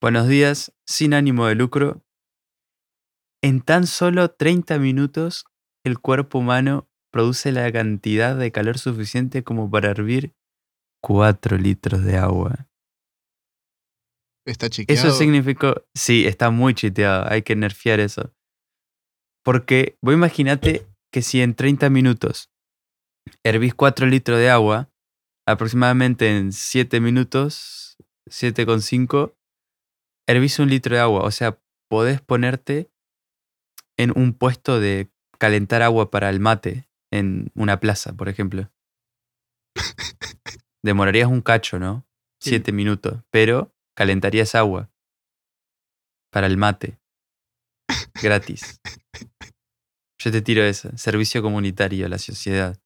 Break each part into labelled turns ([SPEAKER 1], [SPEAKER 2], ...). [SPEAKER 1] Buenos días, sin ánimo de lucro. En tan solo 30 minutos, el cuerpo humano produce la cantidad de calor suficiente como para hervir 4 litros de agua.
[SPEAKER 2] Está chequeado.
[SPEAKER 1] Eso significó. Sí, está muy chiteado, hay que nerfear eso. Porque, vos imagínate que si en 30 minutos hervís 4 litros de agua, aproximadamente en 7 minutos, 7,5, hervís un litro de agua. O sea, podés ponerte en un puesto de calentar agua para el mate en una plaza, por ejemplo. Demorarías un cacho, ¿no?
[SPEAKER 2] Sí.
[SPEAKER 1] Siete minutos, pero calentarías agua para el mate. Gratis. Yo te tiro esa. Servicio comunitario a la sociedad.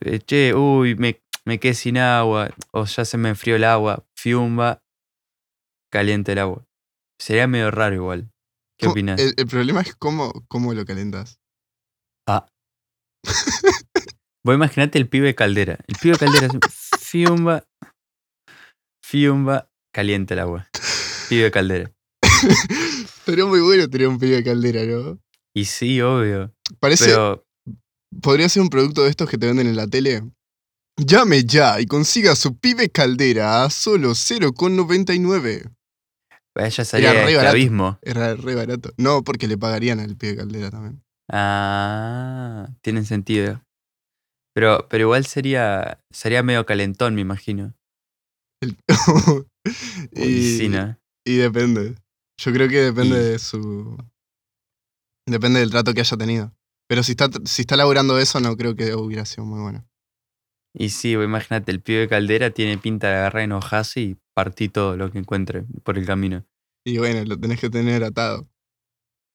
[SPEAKER 1] Eh, Che, uy, me, me quedé sin agua. O ya se me enfrió el agua. Fiumba. Calienta el agua. Sería medio raro igual. ¿Qué
[SPEAKER 2] ¿Cómo-
[SPEAKER 1] opinas?
[SPEAKER 2] El, el problema es cómo, cómo lo calentas.
[SPEAKER 1] Vos imaginate el pibe caldera. El pibe caldera es fiumba, fiumba, caliente el agua. Pibe caldera.
[SPEAKER 2] Sería muy bueno tener un pibe de caldera, ¿no?
[SPEAKER 1] Y sí, obvio.
[SPEAKER 2] Parece,
[SPEAKER 1] Pero
[SPEAKER 2] podría ser un producto de estos que te venden en la tele. Llame ya y consiga su pibe caldera a solo 0,99.
[SPEAKER 1] ella salía
[SPEAKER 2] re
[SPEAKER 1] de
[SPEAKER 2] barato.
[SPEAKER 1] esclavismo.
[SPEAKER 2] Era re barato. No, porque le pagarían al pibe caldera también.
[SPEAKER 1] Ah, tienen sentido. Pero, pero igual sería, sería medio calentón, me imagino.
[SPEAKER 2] y,
[SPEAKER 1] Uy, sí, ¿no?
[SPEAKER 2] y depende. Yo creo que depende
[SPEAKER 1] Y-
[SPEAKER 2] de su. Depende del trato que haya tenido. Pero si está, si está laburando eso, no creo que hubiera sido muy bueno.
[SPEAKER 1] Y sí, vos imagínate, el pibe caldera tiene pinta de agarrar enojarse y partir todo lo que encuentre por el camino.
[SPEAKER 2] Y bueno, lo tenés que tener atado.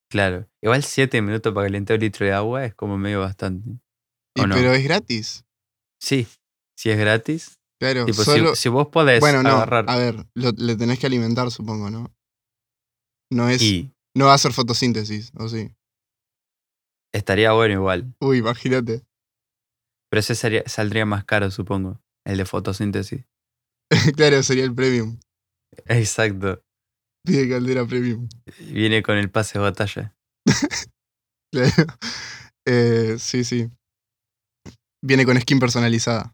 [SPEAKER 1] Claro. Igual siete minutos para calentar un litro de agua es como medio bastante.
[SPEAKER 2] Y,
[SPEAKER 1] ¿O no?
[SPEAKER 2] Pero es gratis.
[SPEAKER 1] Sí, si es gratis.
[SPEAKER 2] Claro,
[SPEAKER 1] Tipo, si-
[SPEAKER 2] solo.
[SPEAKER 1] si, vos podés
[SPEAKER 2] bueno, no.
[SPEAKER 1] agarrar
[SPEAKER 2] A ver, lo- le tenés que alimentar, supongo, ¿no? No es.
[SPEAKER 1] y
[SPEAKER 2] No va a hacer fotosíntesis, ¿o sí?
[SPEAKER 1] estaría bueno igual.
[SPEAKER 2] Uy, imagínate.
[SPEAKER 1] Pero ese sería- saldría más caro, supongo. El de fotosíntesis.
[SPEAKER 2] claro, sería el premium.
[SPEAKER 1] Exacto.
[SPEAKER 2] Pibe caldera premium.
[SPEAKER 1] Viene con el pase de batalla.
[SPEAKER 2] Claro. Eh, sí, sí. Viene con skin personalizada.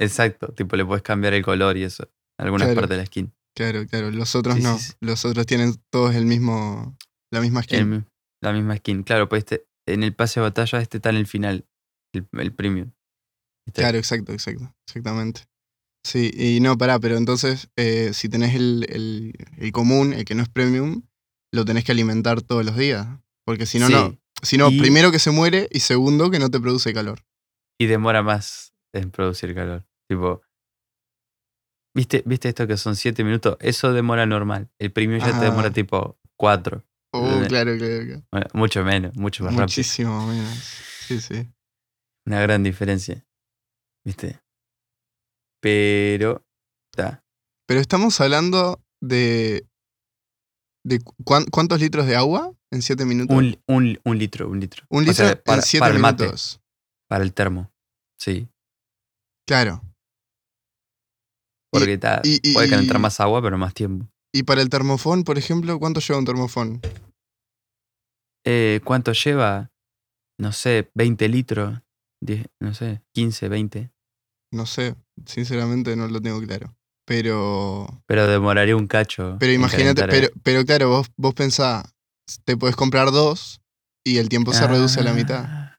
[SPEAKER 1] Exacto. Tipo, le podés cambiar el color y eso. Algunas
[SPEAKER 2] Claro.
[SPEAKER 1] partes de la skin.
[SPEAKER 2] Claro, claro. Los otros
[SPEAKER 1] Sí, sí,
[SPEAKER 2] no.
[SPEAKER 1] sí.
[SPEAKER 2] Los otros tienen todos el mismo. La misma skin.
[SPEAKER 1] El mi- la misma skin. Claro, pues este, en el pase de batalla este está en el final. El, el premium. Este-
[SPEAKER 2] Claro, exacto, exacto. Exactamente. Sí, y no, pará, pero entonces, eh, si tenés el, el, el común, el que no es premium, lo tenés que alimentar todos los días. Porque si no,
[SPEAKER 1] Sí,
[SPEAKER 2] no. Si no,
[SPEAKER 1] Y-
[SPEAKER 2] primero que se muere y segundo que no te produce calor.
[SPEAKER 1] Y demora más en producir calor. Tipo. ¿Viste, ¿Viste esto que son siete minutos? Eso demora normal. El premium ya te demora
[SPEAKER 2] Ah.
[SPEAKER 1] tipo cuatro
[SPEAKER 2] Oh,
[SPEAKER 1] Eh,
[SPEAKER 2] claro, claro, claro.
[SPEAKER 1] Bueno, mucho menos, mucho más rápido.
[SPEAKER 2] Muchísimo menos. Sí, sí.
[SPEAKER 1] Una gran diferencia. ¿Viste? Pero. ta,
[SPEAKER 2] Pero estamos hablando de. de cu- cuán- ¿Cuántos litros de agua en 7 minutos?
[SPEAKER 1] Un, un, un litro, un litro.
[SPEAKER 2] Un
[SPEAKER 1] O
[SPEAKER 2] litro
[SPEAKER 1] sea, para,
[SPEAKER 2] en 7
[SPEAKER 1] para el mate,
[SPEAKER 2] minutos.
[SPEAKER 1] para el termo. Sí.
[SPEAKER 2] Claro.
[SPEAKER 1] Porque ta,
[SPEAKER 2] y- y-
[SPEAKER 1] puede calentar
[SPEAKER 2] y-
[SPEAKER 1] más agua, pero más tiempo.
[SPEAKER 2] Y para el termofón, por ejemplo, ¿cuánto lleva un termofón?
[SPEAKER 1] Eh, ¿Cuánto lleva? No sé, 20 litros. 10, no sé, 15, 20.
[SPEAKER 2] No sé. Sinceramente no lo tengo claro. Pero.
[SPEAKER 1] Pero demoraría un cacho.
[SPEAKER 2] Pero
[SPEAKER 1] en
[SPEAKER 2] imagínate,
[SPEAKER 1] calentar,
[SPEAKER 2] pero,
[SPEAKER 1] eh.
[SPEAKER 2] pero claro, vos, vos pensás, te podés comprar dos y el tiempo se reduce a la mitad.
[SPEAKER 1] Ah,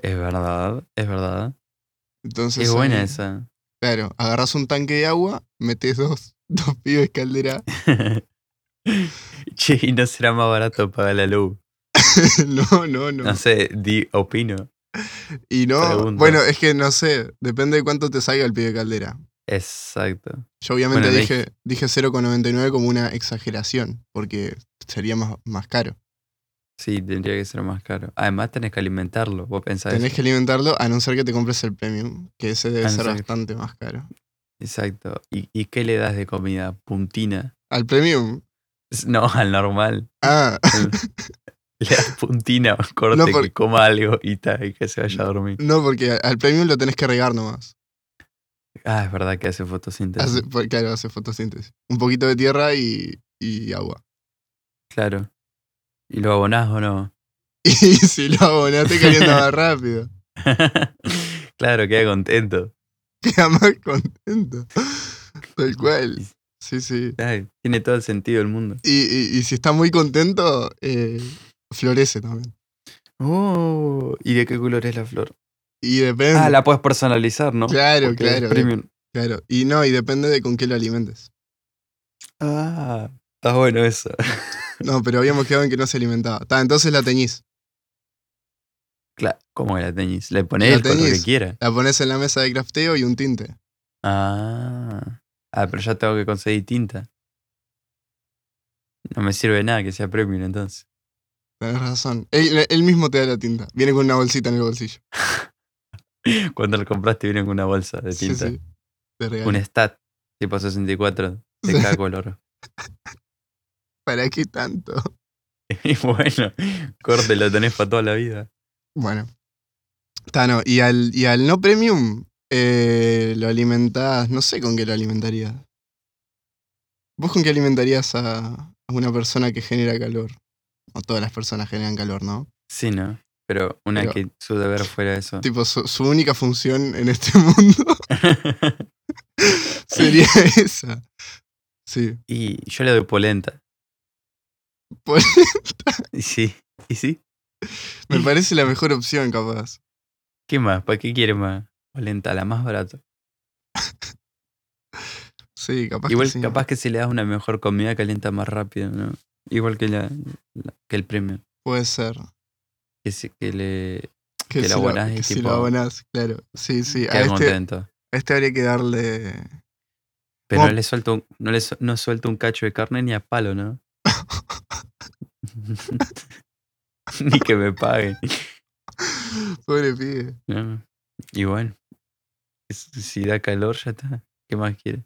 [SPEAKER 1] Es verdad, es verdad.
[SPEAKER 2] Entonces,
[SPEAKER 1] Es buena
[SPEAKER 2] ahí,
[SPEAKER 1] esa.
[SPEAKER 2] Claro, agarras un tanque de agua, metes dos, dos pibes caldera.
[SPEAKER 1] che, y no será más barato pagar la luz.
[SPEAKER 2] no, no, no.
[SPEAKER 1] No sé, di, opino.
[SPEAKER 2] Y no,
[SPEAKER 1] Pregunta.
[SPEAKER 2] bueno, es que no sé, depende de cuánto te salga el pibe caldera.
[SPEAKER 1] Exacto.
[SPEAKER 2] Yo obviamente
[SPEAKER 1] Bueno,
[SPEAKER 2] dije, dije 0,99 como una exageración, porque sería más, más caro.
[SPEAKER 1] Sí, tendría que ser más caro. Además, tenés que alimentarlo. Vos pensás.
[SPEAKER 2] Tenés
[SPEAKER 1] eso.
[SPEAKER 2] que alimentarlo a no ser que te compres el premium, que ese debe
[SPEAKER 1] Ah,
[SPEAKER 2] ser
[SPEAKER 1] exacto.
[SPEAKER 2] bastante más caro.
[SPEAKER 1] Exacto. ¿Y, ¿Y qué le das de comida? Puntina.
[SPEAKER 2] ¿Al premium?
[SPEAKER 1] S- No, al normal.
[SPEAKER 2] Ah,
[SPEAKER 1] Le das puntina, corte,
[SPEAKER 2] No, por-
[SPEAKER 1] que coma algo y, ta, y que se vaya a dormir.
[SPEAKER 2] no, porque al premium lo tenés que regar nomás.
[SPEAKER 1] Ah, es verdad que hace fotosíntesis.
[SPEAKER 2] Hace- pues, claro, hace fotosíntesis. Un poquito de tierra y, y agua.
[SPEAKER 1] Claro. ¿Y lo abonás o no?
[SPEAKER 2] Y si lo abonaste cayendo más rápido.
[SPEAKER 1] claro, queda contento.
[SPEAKER 2] Queda más contento. Tal cual. Sí, sí.
[SPEAKER 1] Ay, tiene todo el sentido del mundo.
[SPEAKER 2] Y, y- y si está muy contento, eh, florece también.
[SPEAKER 1] Oh, ¿y de qué color es la flor?
[SPEAKER 2] Y depende.
[SPEAKER 1] Ah, la puedes personalizar, ¿no?
[SPEAKER 2] Claro,
[SPEAKER 1] Porque es
[SPEAKER 2] claro. eh.
[SPEAKER 1] premium.
[SPEAKER 2] Claro. Y no, y depende de con qué lo alimentes.
[SPEAKER 1] Ah, está bueno eso.
[SPEAKER 2] No, pero habíamos quedado en que no se alimentaba. Ta, entonces la teñís.
[SPEAKER 1] Claro, ¿cómo que la teñís? Le ponés
[SPEAKER 2] La
[SPEAKER 1] el color que
[SPEAKER 2] teñís.
[SPEAKER 1] quiera.
[SPEAKER 2] La pones en la mesa de crafteo y un tinte.
[SPEAKER 1] Ah. Ah, pero ya tengo que conseguir tinta. No me sirve de nada que sea premium entonces.
[SPEAKER 2] Tenés razón. Él, él mismo te da la tinta. Viene con una bolsita en el bolsillo.
[SPEAKER 1] Cuando lo compraste viene con una bolsa de
[SPEAKER 2] Sí,
[SPEAKER 1] tinta.
[SPEAKER 2] sí. Te regalo.
[SPEAKER 1] Un stat tipo 64 de
[SPEAKER 2] Sí.
[SPEAKER 1] cada color.
[SPEAKER 2] ¿Para qué tanto?
[SPEAKER 1] Y bueno, corte, lo tenés para toda la vida.
[SPEAKER 2] Bueno. Ta, no. Y al, y al no premium, eh, lo alimentás. No sé con qué lo alimentarías. ¿Vos con qué alimentarías a, a una persona que genera calor? O todas las personas generan calor, ¿no?
[SPEAKER 1] Sí, ¿no? Pero una
[SPEAKER 2] Pero-
[SPEAKER 1] que su deber fuera eso.
[SPEAKER 2] Tipo, su, su única función en este mundo sería esa. Sí.
[SPEAKER 1] y yo le doy polenta.
[SPEAKER 2] Pol-
[SPEAKER 1] Y sí, y sí.
[SPEAKER 2] Me parece la mejor opción, capaz.
[SPEAKER 1] ¿Qué más? ¿Para qué quiere más? Polenta, la más barata.
[SPEAKER 2] Sí, capaz
[SPEAKER 1] Igual
[SPEAKER 2] que sí.
[SPEAKER 1] capaz que si le das una mejor comida calienta más rápido, ¿no? Igual que, la, la- que el premio.
[SPEAKER 2] Puede ser.
[SPEAKER 1] Que, si- que le Que
[SPEAKER 2] Que,
[SPEAKER 1] lo
[SPEAKER 2] si, lo,
[SPEAKER 1] abonás y
[SPEAKER 2] que si
[SPEAKER 1] tipo-
[SPEAKER 2] lo abonás, claro. Sí, sí. A
[SPEAKER 1] queda
[SPEAKER 2] este,
[SPEAKER 1] contento.
[SPEAKER 2] a este habría que darle.
[SPEAKER 1] Pero
[SPEAKER 2] Bueno.
[SPEAKER 1] no le suelto un, no le su- no suelto un cacho de carne ni a palo, ¿no? ni que me paguen.
[SPEAKER 2] Pobre pibe.
[SPEAKER 1] ¿no? Y bueno, es- si da calor ya está. ¿Qué más quiere?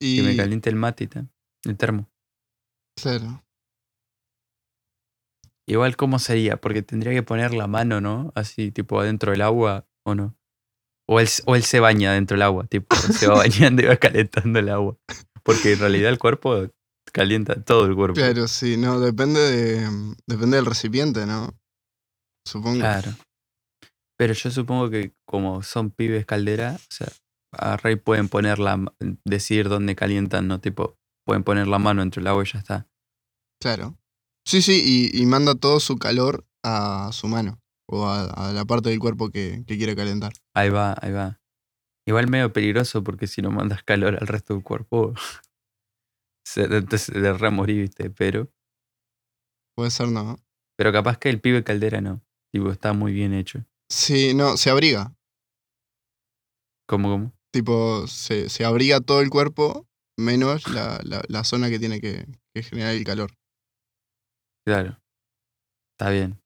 [SPEAKER 2] Y,
[SPEAKER 1] Que me caliente el mate y tal, el termo.
[SPEAKER 2] Claro.
[SPEAKER 1] Igual cómo sería, porque tendría que poner la mano, ¿no? Así tipo adentro del agua o no. O él, o él se baña dentro del agua, tipo, se va bañando y va calentando el agua. Porque en realidad el cuerpo calienta todo el cuerpo.
[SPEAKER 2] Claro, sí. No, depende de, mm, depende del recipiente, ¿no? Supongo.
[SPEAKER 1] Claro. Pero yo supongo que como son pibes caldera, o sea, a Rey pueden poner la ma- decir dónde calientan, ¿no? Tipo, pueden poner la mano entre el agua y ya está.
[SPEAKER 2] Claro. Sí, sí, y, y manda todo su calor a su mano. O a, a la parte del cuerpo que, que quiere calentar.
[SPEAKER 1] Ahí va, ahí va. Igual medio peligroso porque si no mandas calor al resto del cuerpo, se, entonces le remorí, viste, pero.
[SPEAKER 2] Puede ser, ¿no?
[SPEAKER 1] Pero capaz que el pibe caldera no. Tipo, está muy bien hecho.
[SPEAKER 2] Sí, no, se abriga.
[SPEAKER 1] ¿Cómo, cómo?
[SPEAKER 2] Tipo, se, se abriga todo el cuerpo menos la, la- la zona que tiene que, que generar el calor.
[SPEAKER 1] Claro. Está bien.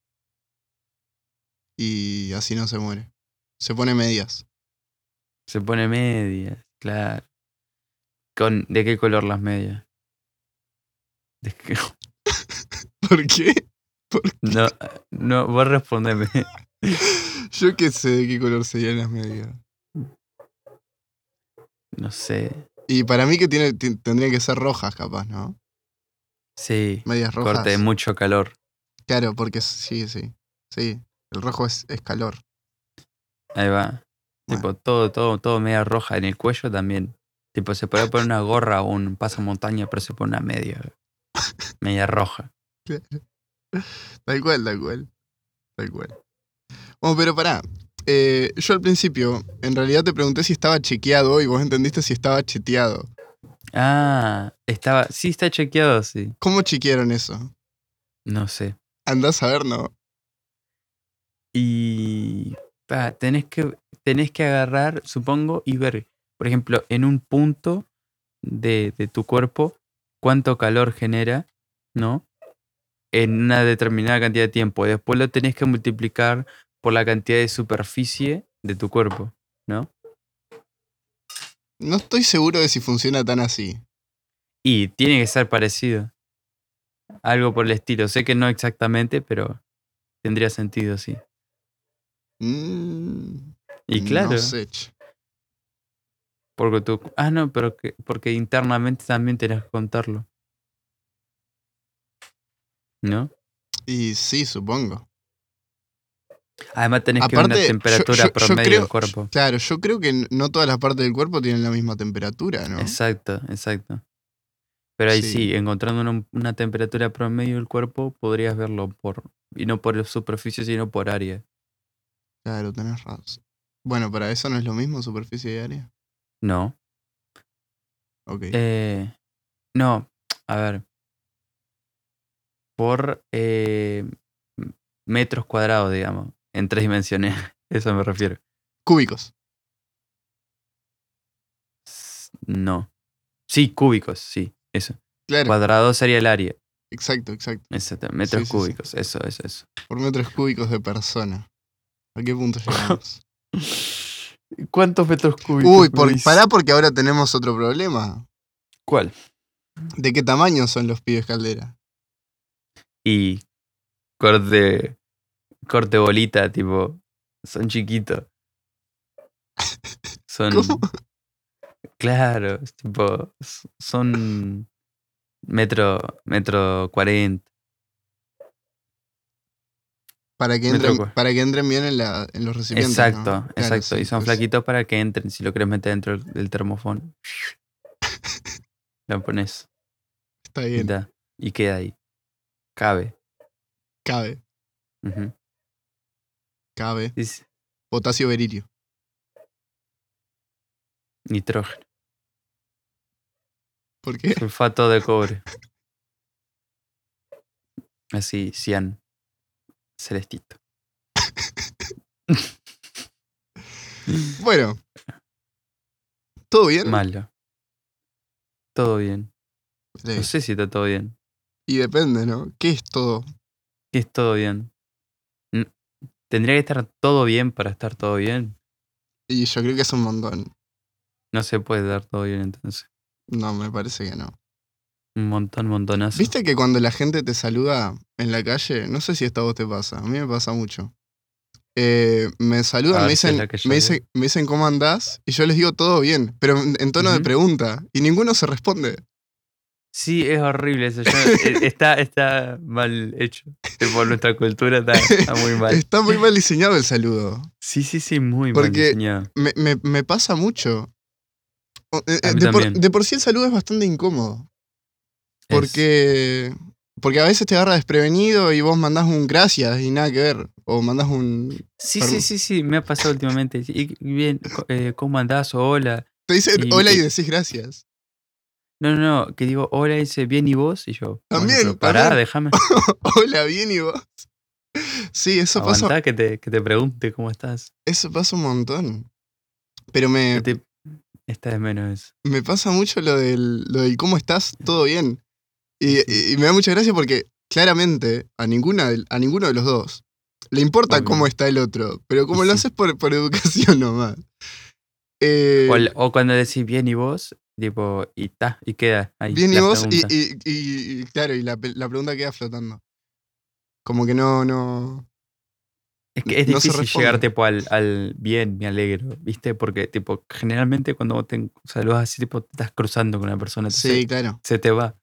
[SPEAKER 2] Y así no se muere. Se pone medias.
[SPEAKER 1] Se pone medias, claro. Con, ¿De qué color las medias? ¿De qué?
[SPEAKER 2] ¿Por qué?
[SPEAKER 1] No, no, vos respondeme.
[SPEAKER 2] Yo qué sé de qué color serían las medias.
[SPEAKER 1] No sé.
[SPEAKER 2] Y para mí que tiene, ti- tendrían que ser rojas, capaz, ¿no?
[SPEAKER 1] Sí,
[SPEAKER 2] Medias rojas.
[SPEAKER 1] corte de mucho calor.
[SPEAKER 2] Claro, porque sí, sí. Sí. El rojo es, es calor.
[SPEAKER 1] Ahí va. Tipo, todo, todo, todo media roja en el cuello también. Tipo, se puede poner una gorra o un pasamontaña, pero se pone una media. Media roja.
[SPEAKER 2] Tal cual, tal cual. Tal cual. Bueno, pero pará. Eh, yo al principio, en realidad te pregunté si estaba chequeado y vos entendiste si estaba cheteado.
[SPEAKER 1] Ah, estaba. Sí, está chequeado, sí.
[SPEAKER 2] ¿Cómo chequearon eso?
[SPEAKER 1] No sé.
[SPEAKER 2] Andás a ver, ¿no?
[SPEAKER 1] Y. pa, tenés, que, tenés que agarrar, supongo, y ver, por ejemplo, en un punto de, de tu cuerpo, cuánto calor genera, ¿no? En una determinada cantidad de tiempo. Y después lo tenés que multiplicar por la cantidad de superficie de tu cuerpo, ¿no?
[SPEAKER 2] No estoy seguro de si funciona tan así.
[SPEAKER 1] Y tiene que ser parecido. Algo por el estilo. Sé que no exactamente, pero tendría sentido, sí.
[SPEAKER 2] Mm,
[SPEAKER 1] Y claro.
[SPEAKER 2] No sé, che.
[SPEAKER 1] Porque tú. Ah, no, pero que, porque internamente también tenés que contarlo. ¿No?
[SPEAKER 2] Y sí, supongo.
[SPEAKER 1] Además tenés que ver una
[SPEAKER 2] Aparte, yo-
[SPEAKER 1] temperatura
[SPEAKER 2] yo- yo
[SPEAKER 1] promedio
[SPEAKER 2] creo-
[SPEAKER 1] del cuerpo.
[SPEAKER 2] Claro, yo creo que no todas las partes del cuerpo tienen la misma temperatura, ¿no?
[SPEAKER 1] Exacto, exacto. Pero ahí sí,
[SPEAKER 2] Sí.
[SPEAKER 1] encontrando una, una temperatura promedio del cuerpo, podrías verlo por. Y no por superficie, sino por área.
[SPEAKER 2] Claro, tenés razón. Bueno, para eso no es lo mismo superficie y área.
[SPEAKER 1] No.
[SPEAKER 2] Ok.
[SPEAKER 1] Eh, no, a ver. Por eh, m- metros cuadrados, digamos. En tres dimensiones. Eso me refiero.
[SPEAKER 2] Cúbicos.
[SPEAKER 1] S- No. Sí, cúbicos, sí. Eso.
[SPEAKER 2] Claro,
[SPEAKER 1] Cuadrado sería el área.
[SPEAKER 2] exacto, exacto.
[SPEAKER 1] Exacto. Metros
[SPEAKER 2] sí, sí.
[SPEAKER 1] cúbicos. Eso, eso, eso.
[SPEAKER 2] Por metros cúbicos de persona. ¿A qué punto llegamos?
[SPEAKER 1] ¿Cuántos metros cúbicos?
[SPEAKER 2] Uy,
[SPEAKER 1] me
[SPEAKER 2] por,
[SPEAKER 1] dice?
[SPEAKER 2] pará porque ahora tenemos otro problema.
[SPEAKER 1] ¿Cuál?
[SPEAKER 2] ¿De qué tamaño son los pibes caldera?
[SPEAKER 1] Y corte. Corte bolita, tipo. Son chiquitos. Son.
[SPEAKER 2] ¿Cómo?
[SPEAKER 1] Claro, es tipo. s- Son. Metro. Metro cuarenta.
[SPEAKER 2] Para que
[SPEAKER 1] Me
[SPEAKER 2] entren,
[SPEAKER 1] tocó.
[SPEAKER 2] para que entren bien en, la, en los recipientes. ¿no?
[SPEAKER 1] Exacto,
[SPEAKER 2] Claro,
[SPEAKER 1] exacto.
[SPEAKER 2] sí,
[SPEAKER 1] y son
[SPEAKER 2] pues,
[SPEAKER 1] flaquitos para que entren. Si lo quieres meter dentro del- del termofón, lo pones.
[SPEAKER 2] Está
[SPEAKER 1] y
[SPEAKER 2] bien,
[SPEAKER 1] da, y queda ahí. Cabe.
[SPEAKER 2] cabe,
[SPEAKER 1] Ujú.
[SPEAKER 2] cabe.
[SPEAKER 1] Dice
[SPEAKER 2] Potasio berilio.
[SPEAKER 1] nitrógeno,
[SPEAKER 2] ¿Por qué?
[SPEAKER 1] sulfato de cobre. Así, cian. Celestito.
[SPEAKER 2] Bueno. ¿Todo bien?
[SPEAKER 1] Malo. Todo bien.
[SPEAKER 2] Sí.
[SPEAKER 1] No sé si está todo bien.
[SPEAKER 2] Y depende, ¿no? ¿Qué es todo?
[SPEAKER 1] ¿Qué es todo bien? N- ¿Tendría que estar todo bien para estar todo bien?
[SPEAKER 2] Y yo creo que es un montón.
[SPEAKER 1] No se puede dar todo bien entonces.
[SPEAKER 2] No, me parece que no.
[SPEAKER 1] Un montón, montonazo.
[SPEAKER 2] ¿Viste que cuando la gente te saluda en la calle? No sé si esto a vos te pasa, a mí me pasa mucho. Eh, me
[SPEAKER 1] A
[SPEAKER 2] saludan, me
[SPEAKER 1] ver si es
[SPEAKER 2] dicen,
[SPEAKER 1] la que yo
[SPEAKER 2] me,
[SPEAKER 1] hago.
[SPEAKER 2] dicen, me dicen cómo andás y yo les digo todo bien, pero en, en tono de
[SPEAKER 1] Ujú.
[SPEAKER 2] pregunta y ninguno se responde.
[SPEAKER 1] Sí, es horrible eso. yo- e- está, está mal hecho. Por nuestra cultura está, está muy mal.
[SPEAKER 2] Está muy mal diseñado el saludo.
[SPEAKER 1] Sí, sí, sí, muy mal
[SPEAKER 2] Porque-
[SPEAKER 1] diseñado.
[SPEAKER 2] Me, me- me pasa mucho. O- eh,
[SPEAKER 1] A
[SPEAKER 2] eh,
[SPEAKER 1] mí
[SPEAKER 2] de, por,
[SPEAKER 1] también.
[SPEAKER 2] de por sí el saludo es bastante incómodo.
[SPEAKER 1] Es-
[SPEAKER 2] Porque, porque a veces te agarra desprevenido y vos mandás un gracias y nada que ver. O mandás un...
[SPEAKER 1] Sí,
[SPEAKER 2] perdón.
[SPEAKER 1] sí, sí, sí, me ha pasado últimamente. Y y bien, co- eh, ¿cómo andás? O Hola.
[SPEAKER 2] Te dicen
[SPEAKER 1] Y-
[SPEAKER 2] hola y
[SPEAKER 1] y-
[SPEAKER 2] decís gracias.
[SPEAKER 1] No, no, no, que digo, hola, y dice, bien, ¿y vos? Y yo, bueno,
[SPEAKER 2] También,
[SPEAKER 1] pero pará,
[SPEAKER 2] también.
[SPEAKER 1] déjame,
[SPEAKER 2] Hola, bien, ¿y vos? Sí, eso pasa,
[SPEAKER 1] aguantá que te, que te pregunte cómo estás.
[SPEAKER 2] eso pasa un montón. Pero me,
[SPEAKER 1] Este- Esta es menos eso.
[SPEAKER 2] me pasa mucho lo del, lo del cómo estás, todo bien. Y, y- y me da mucha gracia porque claramente a, ninguna, del- a ninguno de los dos le importa
[SPEAKER 1] Obvio.
[SPEAKER 2] cómo está el otro, pero como lo
[SPEAKER 1] Sí.
[SPEAKER 2] haces por, por educación nomás. Eh,
[SPEAKER 1] O, el- o cuando decís, bien, ¿y vos? Tipo, y ta, y queda ahí.
[SPEAKER 2] bien, ¿y
[SPEAKER 1] la
[SPEAKER 2] vos? Y,
[SPEAKER 1] pregunta.
[SPEAKER 2] y- y- y claro, y la, pe- la pregunta queda flotando. Como que no, no...
[SPEAKER 1] Es que es
[SPEAKER 2] no se
[SPEAKER 1] difícil
[SPEAKER 2] responde.
[SPEAKER 1] llegar tipo al, al bien, me alegro, ¿viste? Porque tipo, generalmente cuando te en- saludas así, tipo, te estás cruzando con una persona,
[SPEAKER 2] Sí,
[SPEAKER 1] entonces
[SPEAKER 2] claro.
[SPEAKER 1] se te va.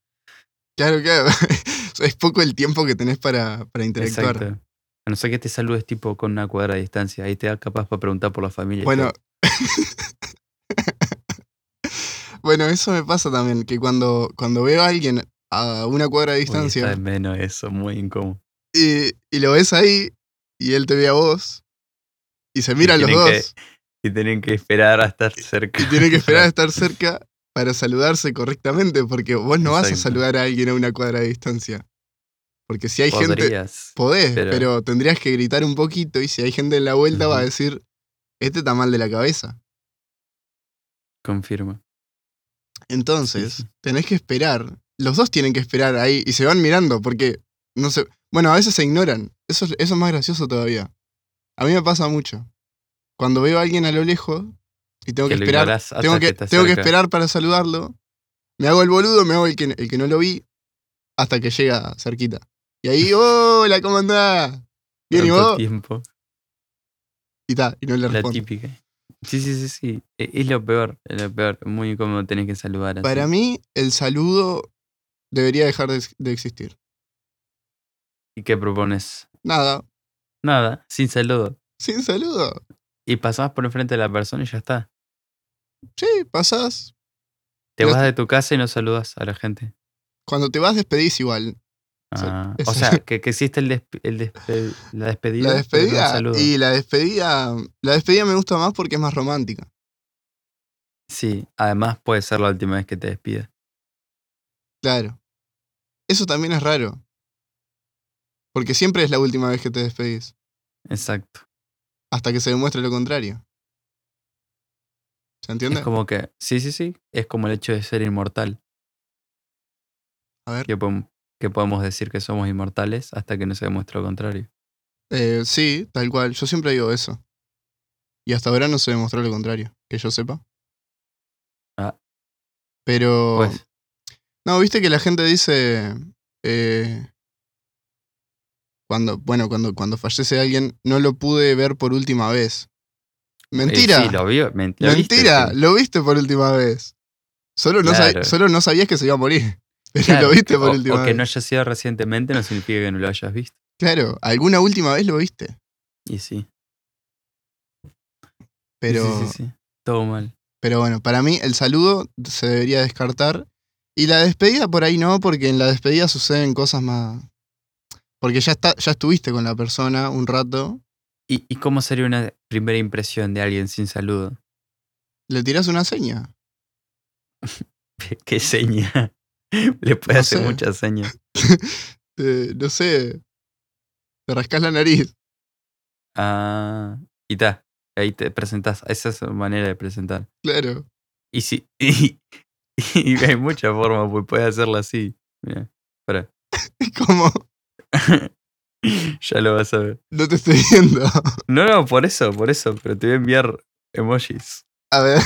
[SPEAKER 2] Claro, claro. es poco el tiempo que tenés para, para interactuar.
[SPEAKER 1] Exacto. A no ser que te saludes tipo con una cuadra de distancia, ahí te da capaz para preguntar por la familia. y
[SPEAKER 2] Bueno.
[SPEAKER 1] todo.
[SPEAKER 2] bueno, eso me pasa también, que cuando, cuando veo a alguien a una cuadra de
[SPEAKER 1] Uy, está
[SPEAKER 2] distancia
[SPEAKER 1] de menos eso, muy incómodo.
[SPEAKER 2] y, y lo ves ahí y él te ve a vos y se miran los
[SPEAKER 1] tienen
[SPEAKER 2] dos
[SPEAKER 1] que- Y tienen que esperar a estar cerca.
[SPEAKER 2] y tienen que esperar a estar cerca para saludarse correctamente, porque vos no vas a
[SPEAKER 1] Exacto.
[SPEAKER 2] saludar a alguien a una cuadra de distancia. Porque si hay gente...
[SPEAKER 1] Podrías.
[SPEAKER 2] Podés,
[SPEAKER 1] pero-
[SPEAKER 2] pero... tendrías que gritar un poquito y si hay gente en la vuelta va a
[SPEAKER 1] Ujú.
[SPEAKER 2] decir, este está mal de la cabeza.
[SPEAKER 1] Confirmo.
[SPEAKER 2] Entonces,
[SPEAKER 1] Sí, sí.
[SPEAKER 2] tenés que esperar. Los dos tienen que esperar ahí y se van mirando porque, no sé, bueno, a veces se ignoran. Eso, es- eso es más gracioso todavía. A mí me pasa mucho. Cuando veo a alguien a lo lejos y tengo que,
[SPEAKER 1] lo
[SPEAKER 2] esperar,
[SPEAKER 1] ignorás hasta
[SPEAKER 2] tengo que,
[SPEAKER 1] que estás
[SPEAKER 2] tengo que
[SPEAKER 1] cerca.
[SPEAKER 2] esperar para saludarlo, me hago el boludo, me hago el que, el que no lo vi hasta que llega cerquita. Y ahí, hola, ¿cómo andás? Bien, ¿y
[SPEAKER 1] Tanto
[SPEAKER 2] vos?
[SPEAKER 1] tiempo.
[SPEAKER 2] Y ta, y no le
[SPEAKER 1] La
[SPEAKER 2] respondo.
[SPEAKER 1] típica. Sí, sí, sí, sí. E- Es lo peor, es lo peor. Muy incómodo tenés que saludar así.
[SPEAKER 2] Para mí, el saludo debería dejar de, ex- de existir.
[SPEAKER 1] ¿Y qué propones?
[SPEAKER 2] Nada,
[SPEAKER 1] Nada, sin saludo.
[SPEAKER 2] sin saludo.
[SPEAKER 1] Y pasás por enfrente de la persona y ya está.
[SPEAKER 2] Sí, pasás.
[SPEAKER 1] Te
[SPEAKER 2] Ya
[SPEAKER 1] vas
[SPEAKER 2] está.
[SPEAKER 1] de tu casa y no saludas a la gente.
[SPEAKER 2] Cuando te vas, despedís igual. Sí,
[SPEAKER 1] Ah,
[SPEAKER 2] eso.
[SPEAKER 1] o sea, que, que existe el desp- el despe- la despedida. pero
[SPEAKER 2] La
[SPEAKER 1] no el
[SPEAKER 2] despedida.
[SPEAKER 1] saludo.
[SPEAKER 2] Y la despedida. La despedida me gusta más porque es más romántica.
[SPEAKER 1] Sí, además puede ser la última vez que te despidas.
[SPEAKER 2] Claro. Eso también es raro. Porque siempre es la última vez que te despedís.
[SPEAKER 1] Exacto.
[SPEAKER 2] Hasta que se demuestre lo contrario. ¿Se entiende?
[SPEAKER 1] Es como que, sí, sí, sí, es como el hecho de ser inmortal.
[SPEAKER 2] A ver.
[SPEAKER 1] Que, podem- que podemos decir que somos inmortales hasta que no se demuestre lo contrario.
[SPEAKER 2] Eh, sí, tal cual. Yo siempre digo eso. Y hasta ahora no se demostró lo contrario, que yo sepa.
[SPEAKER 1] Ah.
[SPEAKER 2] Pero.
[SPEAKER 1] Pues,
[SPEAKER 2] No, viste que la gente dice. eh, cuando, bueno, cuando, cuando fallece alguien, no lo pude ver por última vez. Mentira.
[SPEAKER 1] eh, sí, lo vio, men- lo viste,
[SPEAKER 2] mentira,
[SPEAKER 1] sí.
[SPEAKER 2] lo viste por última vez. Solo no, sab-
[SPEAKER 1] Claro.
[SPEAKER 2] solo no sabías que se iba a morir. Pero
[SPEAKER 1] Claro,
[SPEAKER 2] lo viste por
[SPEAKER 1] o-
[SPEAKER 2] última
[SPEAKER 1] O que
[SPEAKER 2] vez.
[SPEAKER 1] no haya sido recientemente no significa que no lo hayas visto.
[SPEAKER 2] Claro, alguna última vez lo viste.
[SPEAKER 1] Y sí. sí,
[SPEAKER 2] Pero,
[SPEAKER 1] Sí, sí, sí. Todo mal.
[SPEAKER 2] pero bueno, para mí el saludo se debería descartar. Y la despedida por ahí no, porque en la despedida suceden cosas más. Porque ya, está, ya estuviste con la persona un rato.
[SPEAKER 1] ¿Y, ¿Y cómo sería una primera impresión de alguien sin saludo?
[SPEAKER 2] Le tirás una seña.
[SPEAKER 1] ¿Qué seña? Le puede
[SPEAKER 2] No
[SPEAKER 1] hacer
[SPEAKER 2] sé.
[SPEAKER 1] muchas señas.
[SPEAKER 2] Te- no sé. Te rascás la nariz.
[SPEAKER 1] Ah, y ta, ahí te presentás. Esa es su manera de presentar.
[SPEAKER 2] Claro.
[SPEAKER 1] Y si. Y, y hay muchas formas, pues puedes hacerla así. Mira,
[SPEAKER 2] Es como.
[SPEAKER 1] ya lo vas a ver.
[SPEAKER 2] No te estoy viendo.
[SPEAKER 1] No, no, por eso, por eso. Pero te voy a enviar emojis.
[SPEAKER 2] A ver.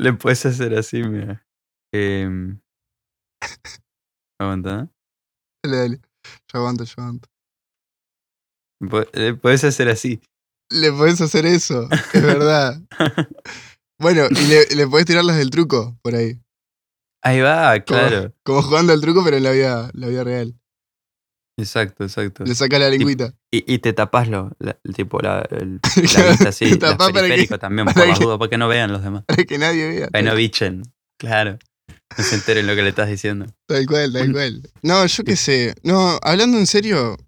[SPEAKER 1] Le puedes hacer así, mira. Em, aguanta.
[SPEAKER 2] Dale, dale. Yo aguanto, yo aguanto.
[SPEAKER 1] ¿eh? Puedes hacer así.
[SPEAKER 2] Le podés hacer eso. Es verdad. Bueno, y le, le podés tirar las del truco por ahí.
[SPEAKER 1] Ahí va,
[SPEAKER 2] Como,
[SPEAKER 1] claro.
[SPEAKER 2] Como jugando al truco, pero en la vida, la vida real.
[SPEAKER 1] Exacto, exacto.
[SPEAKER 2] Le sacás la lengüita.
[SPEAKER 1] Y, y te tapás lo, la- el tipo, la, el, la
[SPEAKER 2] Claro,
[SPEAKER 1] vista así.
[SPEAKER 2] te
[SPEAKER 1] los
[SPEAKER 2] tapás para que-
[SPEAKER 1] periféricos también, por
[SPEAKER 2] para
[SPEAKER 1] las
[SPEAKER 2] que-
[SPEAKER 1] dudas, para que no vean los demás.
[SPEAKER 2] Para que nadie vea.
[SPEAKER 1] Para que no bichen. Claro. No se enteren lo que le estás diciendo.
[SPEAKER 2] Tal cual, tal
[SPEAKER 1] Un-
[SPEAKER 2] cual. No, yo qué sé. No, hablando en serio.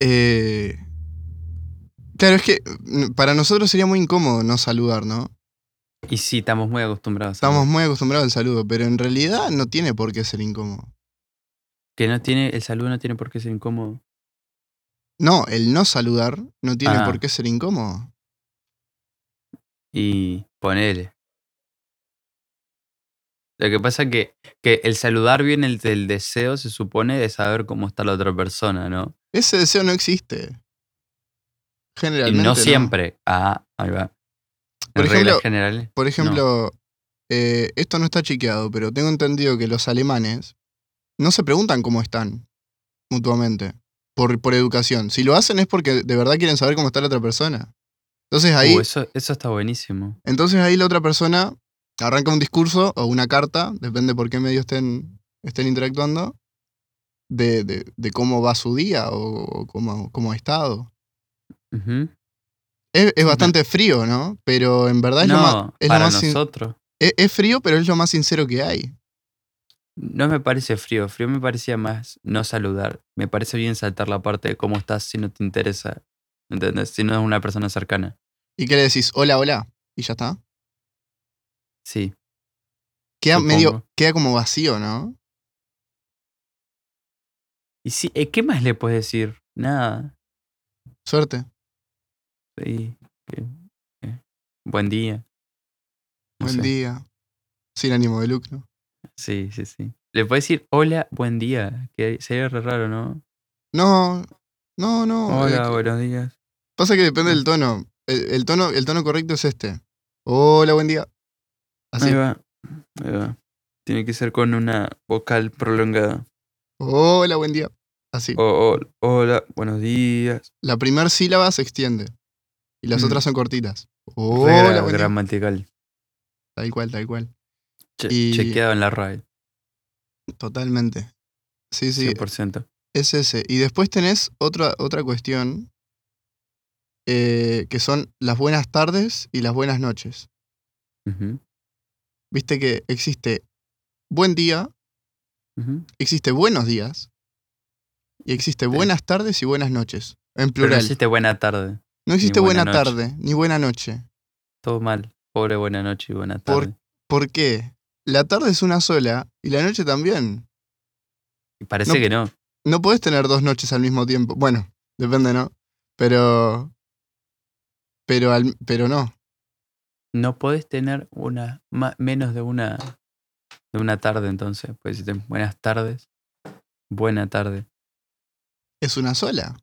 [SPEAKER 2] eh, claro, es que mm, para nosotros sería muy incómodo no saludar, ¿no?
[SPEAKER 1] Y sí, estamos muy acostumbrados. a
[SPEAKER 2] Estamos muy acostumbrados al saludo, pero en realidad no tiene por qué ser incómodo.
[SPEAKER 1] Que no tiene, el saludo no tiene por qué ser incómodo.
[SPEAKER 2] No, el no saludar no tiene
[SPEAKER 1] Ah.
[SPEAKER 2] por qué ser incómodo.
[SPEAKER 1] Y ponele. Lo que pasa que, que el saludar viene el- del deseo, se supone, de saber cómo está la otra persona, ¿no?
[SPEAKER 2] Ese deseo no existe.
[SPEAKER 1] Y
[SPEAKER 2] Generalmente.
[SPEAKER 1] no siempre. Ah, ahí va.
[SPEAKER 2] Por
[SPEAKER 1] En
[SPEAKER 2] ejemplo-
[SPEAKER 1] reglas generales.
[SPEAKER 2] Por ejemplo, eh, esto no está chequeado, pero tengo entendido que los alemanes no se preguntan cómo están mutuamente por, por educación. Si lo hacen es porque de verdad quieren saber cómo está la otra persona. Entonces ahí,
[SPEAKER 1] Uh, eso, eso está buenísimo.
[SPEAKER 2] entonces ahí la otra persona arranca un discurso o una carta, depende por qué medio estén, estén interactuando, de, de- de cómo va su día o, o cómo, cómo ha estado.
[SPEAKER 1] Ujú.
[SPEAKER 2] Es, es bastante frío, ¿no? Pero en verdad es lo más,
[SPEAKER 1] No,
[SPEAKER 2] es lo
[SPEAKER 1] para
[SPEAKER 2] más sin-
[SPEAKER 1] nosotros.
[SPEAKER 2] es- es frío, pero es lo más sincero que hay.
[SPEAKER 1] No me parece frío. Frío me parecía más no saludar. Me parece bien saltar la parte de cómo estás si no te interesa. ¿Entendés? Si no es una persona cercana.
[SPEAKER 2] ¿Y qué le decís? Hola, hola. Y ya está.
[SPEAKER 1] Sí.
[SPEAKER 2] Queda
[SPEAKER 1] Supongo.
[SPEAKER 2] medio, queda como vacío, ¿no?
[SPEAKER 1] Y sí, eh, ¿qué más le puedes decir? Nada.
[SPEAKER 2] Suerte.
[SPEAKER 1] Sí, que- que- Buen día. No
[SPEAKER 2] Buen
[SPEAKER 1] sé.
[SPEAKER 2] día. Sin ánimo de lucro.
[SPEAKER 1] Sí, sí, sí. Le puedes decir hola, buen día. Que sería re raro, ¿no?
[SPEAKER 2] No, no, no. eh,
[SPEAKER 1] Hola,
[SPEAKER 2] que-
[SPEAKER 1] buenos días.
[SPEAKER 2] Pasa que depende del tono. El, el tono. el tono correcto es este. Hola, buen día. Así.
[SPEAKER 1] Ahí va. Ahí va. Tiene que ser con una vocal prolongada.
[SPEAKER 2] Hola, buen día. Así.
[SPEAKER 1] O- o- hola, buenos días.
[SPEAKER 2] La primera sílaba se extiende. Y las
[SPEAKER 1] Mm.
[SPEAKER 2] otras son cortitas. Oh,
[SPEAKER 1] Regra-
[SPEAKER 2] la buena-
[SPEAKER 1] gramatical.
[SPEAKER 2] Tal cual, tal cual.
[SPEAKER 1] Che-
[SPEAKER 2] Y-
[SPEAKER 1] Chequeado en la RAE,
[SPEAKER 2] Totalmente. Sí, sí,
[SPEAKER 1] 100%.
[SPEAKER 2] es ese. Y después tenés otra, otra cuestión eh, que son las buenas tardes y las buenas noches.
[SPEAKER 1] Ujú,
[SPEAKER 2] Viste que existe buen día,
[SPEAKER 1] ujú.
[SPEAKER 2] existe buenos días y existe buenas tardes y buenas noches.
[SPEAKER 1] Pero
[SPEAKER 2] En
[SPEAKER 1] no
[SPEAKER 2] plural.
[SPEAKER 1] existe buena tarde.
[SPEAKER 2] No existe
[SPEAKER 1] ni
[SPEAKER 2] buena,
[SPEAKER 1] buena noche.
[SPEAKER 2] tarde ni buena noche.
[SPEAKER 1] Todo mal. Pobre buena noche y buena
[SPEAKER 2] Por-
[SPEAKER 1] tarde.
[SPEAKER 2] ¿Por qué? La tarde es una sola y la noche también.
[SPEAKER 1] Y Parece
[SPEAKER 2] no-
[SPEAKER 1] que no.
[SPEAKER 2] No puedes tener dos noches al mismo tiempo. Bueno, depende, ¿no? Pero. Pero, al- pero no.
[SPEAKER 1] No podés tener una ma- menos de una de una tarde entonces. Puedes decirte buenas tardes. Buena tarde.
[SPEAKER 2] Es una sola.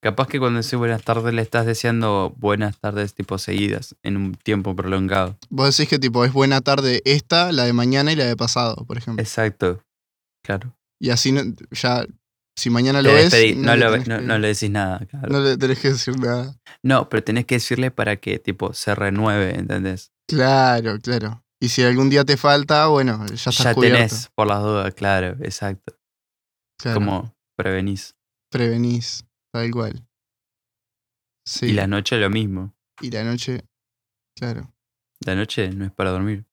[SPEAKER 1] Capaz que cuando decís buenas tardes le estás deseando buenas tardes tipo seguidas en un tiempo prolongado.
[SPEAKER 2] Vos decís que tipo es buena tarde esta, la de mañana y la de pasado, por ejemplo.
[SPEAKER 1] Exacto. Claro.
[SPEAKER 2] Y así no- ya. Si mañana lo
[SPEAKER 1] Te
[SPEAKER 2] ves.
[SPEAKER 1] despedí- no,
[SPEAKER 2] le
[SPEAKER 1] lo-
[SPEAKER 2] tenés
[SPEAKER 1] no-
[SPEAKER 2] que-
[SPEAKER 1] no le decís nada. claro.
[SPEAKER 2] no le tenés que decir nada.
[SPEAKER 1] No, pero tenés que decirle para que tipo se renueve, ¿entendés?
[SPEAKER 2] Claro, claro. Y si algún día te falta, bueno, ya estás
[SPEAKER 1] ya
[SPEAKER 2] cubierto.
[SPEAKER 1] tenés por las dudas, claro, exacto.
[SPEAKER 2] Claro,
[SPEAKER 1] Como prevenís.
[SPEAKER 2] Prevenís, tal cual. Sí.
[SPEAKER 1] Y la noche lo mismo.
[SPEAKER 2] y la noche. Claro.
[SPEAKER 1] La noche no es para dormir.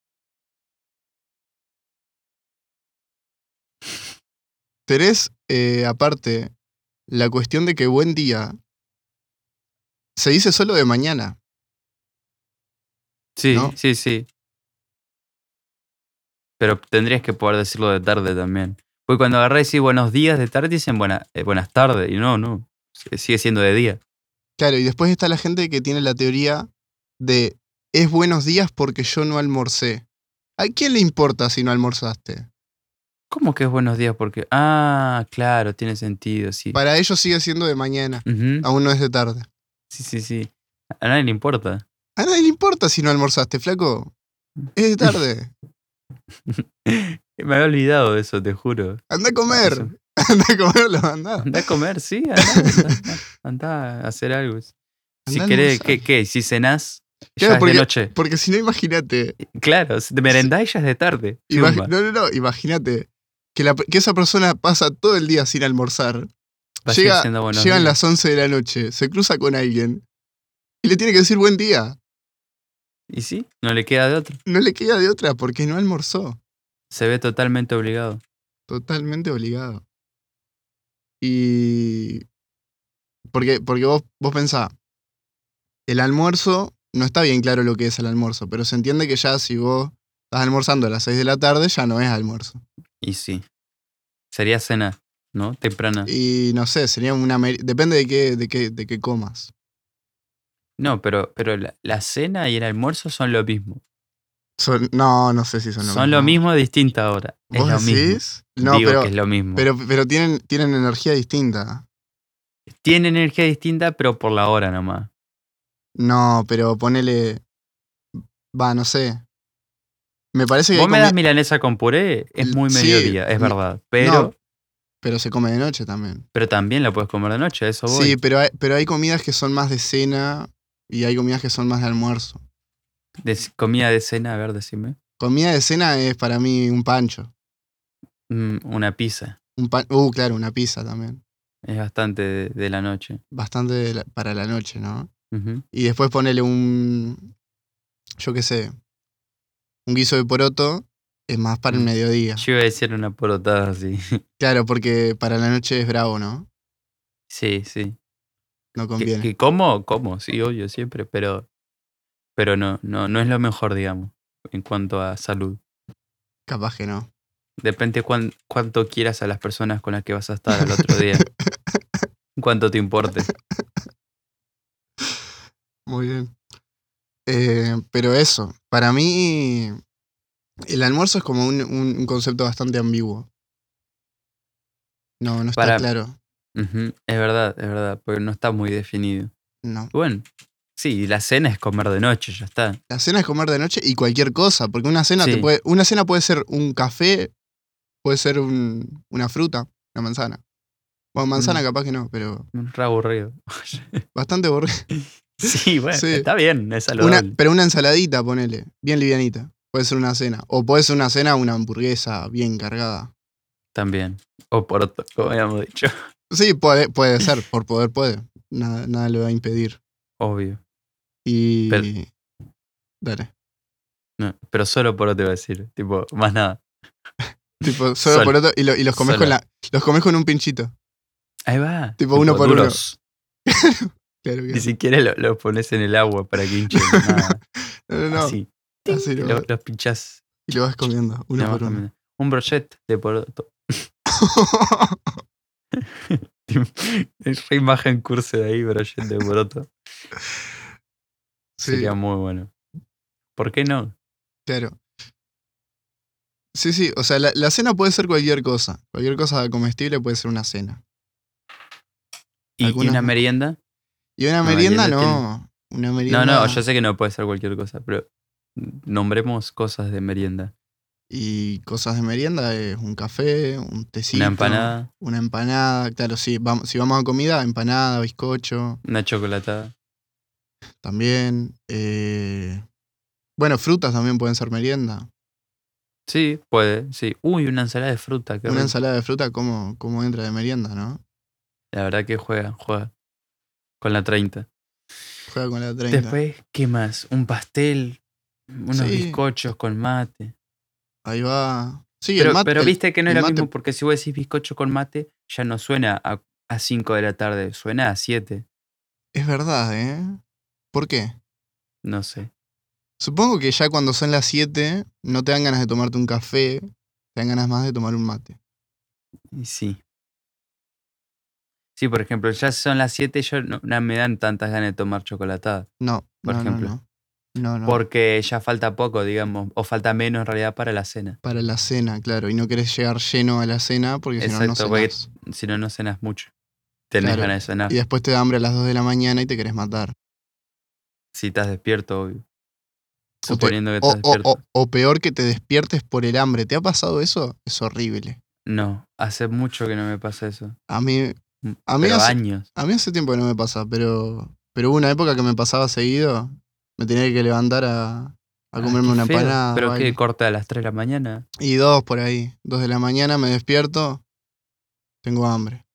[SPEAKER 2] Tenés, eh, aparte, la cuestión de que buen día se dice solo de mañana.
[SPEAKER 1] Sí,
[SPEAKER 2] ¿No?
[SPEAKER 1] sí, sí. Pero tendrías que poder decirlo de tarde también. Porque cuando agarrás y decís buenos días de tarde, dicen buena- eh, buenas tardes. Y no, no. s- Sigue siendo de día.
[SPEAKER 2] Claro, y después está la gente que tiene la teoría de es buenos días porque yo no almorcé. ¿A quién le importa si no almorzaste?
[SPEAKER 1] ¿Cómo que es buenos días? Porque. Ah, claro, tiene sentido, sí.
[SPEAKER 2] Para ellos sigue siendo de mañana,
[SPEAKER 1] Ujú,
[SPEAKER 2] aún no es de tarde.
[SPEAKER 1] Sí, sí, sí. A nadie le importa.
[SPEAKER 2] A nadie le importa si no almorzaste, flaco. Es de tarde.
[SPEAKER 1] Me había olvidado de eso, te juro.
[SPEAKER 2] Anda a
[SPEAKER 1] Eso.
[SPEAKER 2] comer. Anda a comerlo, anda.
[SPEAKER 1] Anda a comer, sí, anda, anda, anda a hacer algo. Si
[SPEAKER 2] Andá a
[SPEAKER 1] querés,
[SPEAKER 2] almorzar.
[SPEAKER 1] ¿qué, qué? Si cenás, ya
[SPEAKER 2] Claro,
[SPEAKER 1] es
[SPEAKER 2] porque-
[SPEAKER 1] de noche.
[SPEAKER 2] Porque si no, imagínate.
[SPEAKER 1] Claro, si te merendás ya es de tarde.
[SPEAKER 2] Imag-
[SPEAKER 1] Zumba.
[SPEAKER 2] no, no, no, imagínate que, la- que esa persona pasa todo el día sin almorzar.
[SPEAKER 1] Va a seguir
[SPEAKER 2] Llega,
[SPEAKER 1] siendo buenos
[SPEAKER 2] llegan
[SPEAKER 1] días.
[SPEAKER 2] las 11 de la noche, se cruza con alguien y le tiene que decir buen día.
[SPEAKER 1] Y sí, no le queda de otro.
[SPEAKER 2] No le queda de otra porque no almorzó.
[SPEAKER 1] Se ve totalmente obligado.
[SPEAKER 2] Totalmente obligado. Y. Porque, porque vos, vos pensás, el almuerzo, no está bien claro lo que es el almuerzo, pero se entiende que ya si vos estás almorzando a las 6 de la tarde, ya no es almuerzo.
[SPEAKER 1] Y sí. Sería cena, ¿no? Temprana.
[SPEAKER 2] Y no sé, sería una meri- depende de qué, de qué, de qué comas.
[SPEAKER 1] No, pero, pero la, la cena y el almuerzo son lo mismo.
[SPEAKER 2] Son- no, no sé si son
[SPEAKER 1] Son,
[SPEAKER 2] lo
[SPEAKER 1] lo mismo a distinta hora. Es
[SPEAKER 2] ¿Vos
[SPEAKER 1] lo mismo.
[SPEAKER 2] decís? No,
[SPEAKER 1] Digo
[SPEAKER 2] pero,
[SPEAKER 1] que es lo mismo.
[SPEAKER 2] pero, pero tienen, tienen energía distinta.
[SPEAKER 1] Tiene energía distinta, pero por la hora nomás.
[SPEAKER 2] No, pero ponele. Va, no sé. Me parece que. hay
[SPEAKER 1] Vos me
[SPEAKER 2] comi-
[SPEAKER 1] das milanesa con puré, es
[SPEAKER 2] L-
[SPEAKER 1] muy
[SPEAKER 2] sí,
[SPEAKER 1] mediodía, es
[SPEAKER 2] no,
[SPEAKER 1] verdad. Pero,
[SPEAKER 2] no. Pero se come de noche también.
[SPEAKER 1] pero también la puedes comer de noche, a eso voy.
[SPEAKER 2] Sí, pero hay, pero hay comidas que son más de cena y hay comidas que son más de almuerzo.
[SPEAKER 1] De c- comida de cena, a ver, decime.
[SPEAKER 2] Comida de cena es para mí un pancho.
[SPEAKER 1] Mm, una pizza.
[SPEAKER 2] Un pan, uh, claro, una pizza también.
[SPEAKER 1] Es bastante de, de la noche.
[SPEAKER 2] Bastante de la- para la noche, ¿no?
[SPEAKER 1] Ujú.
[SPEAKER 2] Y después ponele un. Yo qué sé. Un guiso de poroto es más para el
[SPEAKER 1] Mm.
[SPEAKER 2] mediodía.
[SPEAKER 1] Yo iba a decir una porotada así.
[SPEAKER 2] Claro, porque para la noche es bravo, ¿no?
[SPEAKER 1] sí, sí.
[SPEAKER 2] No
[SPEAKER 1] Que,
[SPEAKER 2] conviene.
[SPEAKER 1] que como, como, sí, obvio, siempre, pero, pero no, no, no es lo mejor, digamos, en cuanto a salud.
[SPEAKER 2] Capaz que no.
[SPEAKER 1] Depende cuán- cuánto quieras a las personas con las que vas a estar al otro día. Cuánto te importe.
[SPEAKER 2] Muy bien. Eh, pero eso, para mí. El almuerzo es como un, un- un concepto bastante ambiguo. No, no está
[SPEAKER 1] Para-
[SPEAKER 2] claro.
[SPEAKER 1] Ujú, Es verdad, es verdad, porque no está muy definido.
[SPEAKER 2] No.
[SPEAKER 1] Bueno, sí, la cena es comer de noche, ya está.
[SPEAKER 2] La cena es comer de noche y cualquier cosa, porque una cena te
[SPEAKER 1] Sí.
[SPEAKER 2] puede. Una cena puede ser un café, puede ser un- una fruta, una manzana. Bueno, manzana
[SPEAKER 1] Mm.
[SPEAKER 2] capaz que no, pero.
[SPEAKER 1] Re aburrido.
[SPEAKER 2] Bastante aburrido.
[SPEAKER 1] Sí, bueno,
[SPEAKER 2] Sí.
[SPEAKER 1] está bien, es
[SPEAKER 2] Una-
[SPEAKER 1] saludable.
[SPEAKER 2] pero una ensaladita, ponele. Bien livianita. Puede ser una cena. O puede ser una cena, una hamburguesa bien cargada.
[SPEAKER 1] También. O poroto, como habíamos dicho.
[SPEAKER 2] Sí, puede, puede ser. Por poder puede. Nada, nada le va a impedir.
[SPEAKER 1] Obvio.
[SPEAKER 2] Y.
[SPEAKER 1] Pero-
[SPEAKER 2] Dale.
[SPEAKER 1] No, pero solo poroto iba a decir. Tipo, más nada.
[SPEAKER 2] Tipo, solo
[SPEAKER 1] Sol.
[SPEAKER 2] por otro. Y, lo- y los comes
[SPEAKER 1] Solo.
[SPEAKER 2] con la. Los comes con un pinchito.
[SPEAKER 1] Ahí va.
[SPEAKER 2] Tipo, uno por uno.
[SPEAKER 1] duros.
[SPEAKER 2] Claro que-
[SPEAKER 1] Ni siquiera lo, lo pones en el agua para que hinchen. nada.
[SPEAKER 2] no, no, no.
[SPEAKER 1] Así.
[SPEAKER 2] Así lo-
[SPEAKER 1] Lo- los pinchás.
[SPEAKER 2] y lo vas comiendo, uno
[SPEAKER 1] nada más
[SPEAKER 2] por uno.
[SPEAKER 1] también. Un brochet de poroto. Es re imagen curso de ahí, brochet de poroto.
[SPEAKER 2] sí,
[SPEAKER 1] Sería muy bueno. ¿Por qué no?
[SPEAKER 2] claro. Sí, sí, o sea, la, la cena puede ser cualquier cosa. Cualquier cosa comestible puede ser una cena.
[SPEAKER 1] ¿Y, y
[SPEAKER 2] Algunas
[SPEAKER 1] una
[SPEAKER 2] no.
[SPEAKER 1] merienda?
[SPEAKER 2] Y una
[SPEAKER 1] No, merienda
[SPEAKER 2] merienda no. Una merienda.
[SPEAKER 1] No, no, yo sé que no puede ser cualquier cosa, pero nombremos cosas de merienda.
[SPEAKER 2] Y cosas de merienda es un café, un tecito.
[SPEAKER 1] una empanada,
[SPEAKER 2] Una empanada, claro, sí. Vamos, si vamos a comida, empanada, bizcocho,
[SPEAKER 1] una chocolatada.
[SPEAKER 2] también. eh, bueno, frutas también pueden ser merienda.
[SPEAKER 1] Sí, puede, sí. Uy, una ensalada de fruta. qué
[SPEAKER 2] una
[SPEAKER 1] rico.
[SPEAKER 2] ensalada de fruta, ¿cómo, ¿cómo entra de merienda, no?
[SPEAKER 1] La verdad que juega, juega. Con la 30.
[SPEAKER 2] Juega con la 30.
[SPEAKER 1] Después, ¿qué más? Un pastel, unos
[SPEAKER 2] Sí.
[SPEAKER 1] bizcochos con mate.
[SPEAKER 2] Ahí va. Sí,
[SPEAKER 1] Pero,
[SPEAKER 2] el mate.
[SPEAKER 1] pero
[SPEAKER 2] el-
[SPEAKER 1] viste que no es
[SPEAKER 2] el
[SPEAKER 1] lo
[SPEAKER 2] mate-
[SPEAKER 1] mismo, porque si vos decís bizcocho con mate, ya no suena a, a 5 de la tarde, suena a 7.
[SPEAKER 2] Es verdad, ¿eh? ¿Por qué?
[SPEAKER 1] No sé.
[SPEAKER 2] Supongo que ya cuando son las 7 no te dan ganas de tomarte un café, te dan ganas más de tomar un mate.
[SPEAKER 1] Y sí. Sí, por ejemplo, ya son las 7 y yo no, no me dan tantas ganas de tomar chocolatada.
[SPEAKER 2] No,
[SPEAKER 1] Por
[SPEAKER 2] no,
[SPEAKER 1] ejemplo.
[SPEAKER 2] no, no. No, no.
[SPEAKER 1] Porque ya falta poco, digamos, o falta menos en realidad para la cena.
[SPEAKER 2] Para la cena, claro. Y no querés llegar lleno a la cena porque si no, no
[SPEAKER 1] Exacto, porque-
[SPEAKER 2] cenás.
[SPEAKER 1] Si no, no cenas mucho. Tenés
[SPEAKER 2] Claro.
[SPEAKER 1] ganas de cenar.
[SPEAKER 2] Y después te da hambre a las 2 de la mañana y te querés matar.
[SPEAKER 1] Si estás despierto, obvio.
[SPEAKER 2] O te-
[SPEAKER 1] Suponiendo que
[SPEAKER 2] O,
[SPEAKER 1] estás
[SPEAKER 2] o-
[SPEAKER 1] despierto.
[SPEAKER 2] o- o peor que te despiertes por el hambre. ¿Te ha pasado eso? Es horrible.
[SPEAKER 1] No, hace mucho que no me pasa eso.
[SPEAKER 2] A mí, A
[SPEAKER 1] Mm,
[SPEAKER 2] mí
[SPEAKER 1] Pero
[SPEAKER 2] hace-
[SPEAKER 1] años.
[SPEAKER 2] a mí hace tiempo que no me pasa, pero, pero hubo una época que me pasaba seguido. Me tenía que levantar a, a
[SPEAKER 1] Ah,
[SPEAKER 2] comerme
[SPEAKER 1] qué
[SPEAKER 2] una
[SPEAKER 1] feo.
[SPEAKER 2] empanada. o
[SPEAKER 1] Pero
[SPEAKER 2] algo.
[SPEAKER 1] que corta a las 3 de la mañana.
[SPEAKER 2] Y dos por ahí. Dos de la mañana me despierto. Tengo hambre.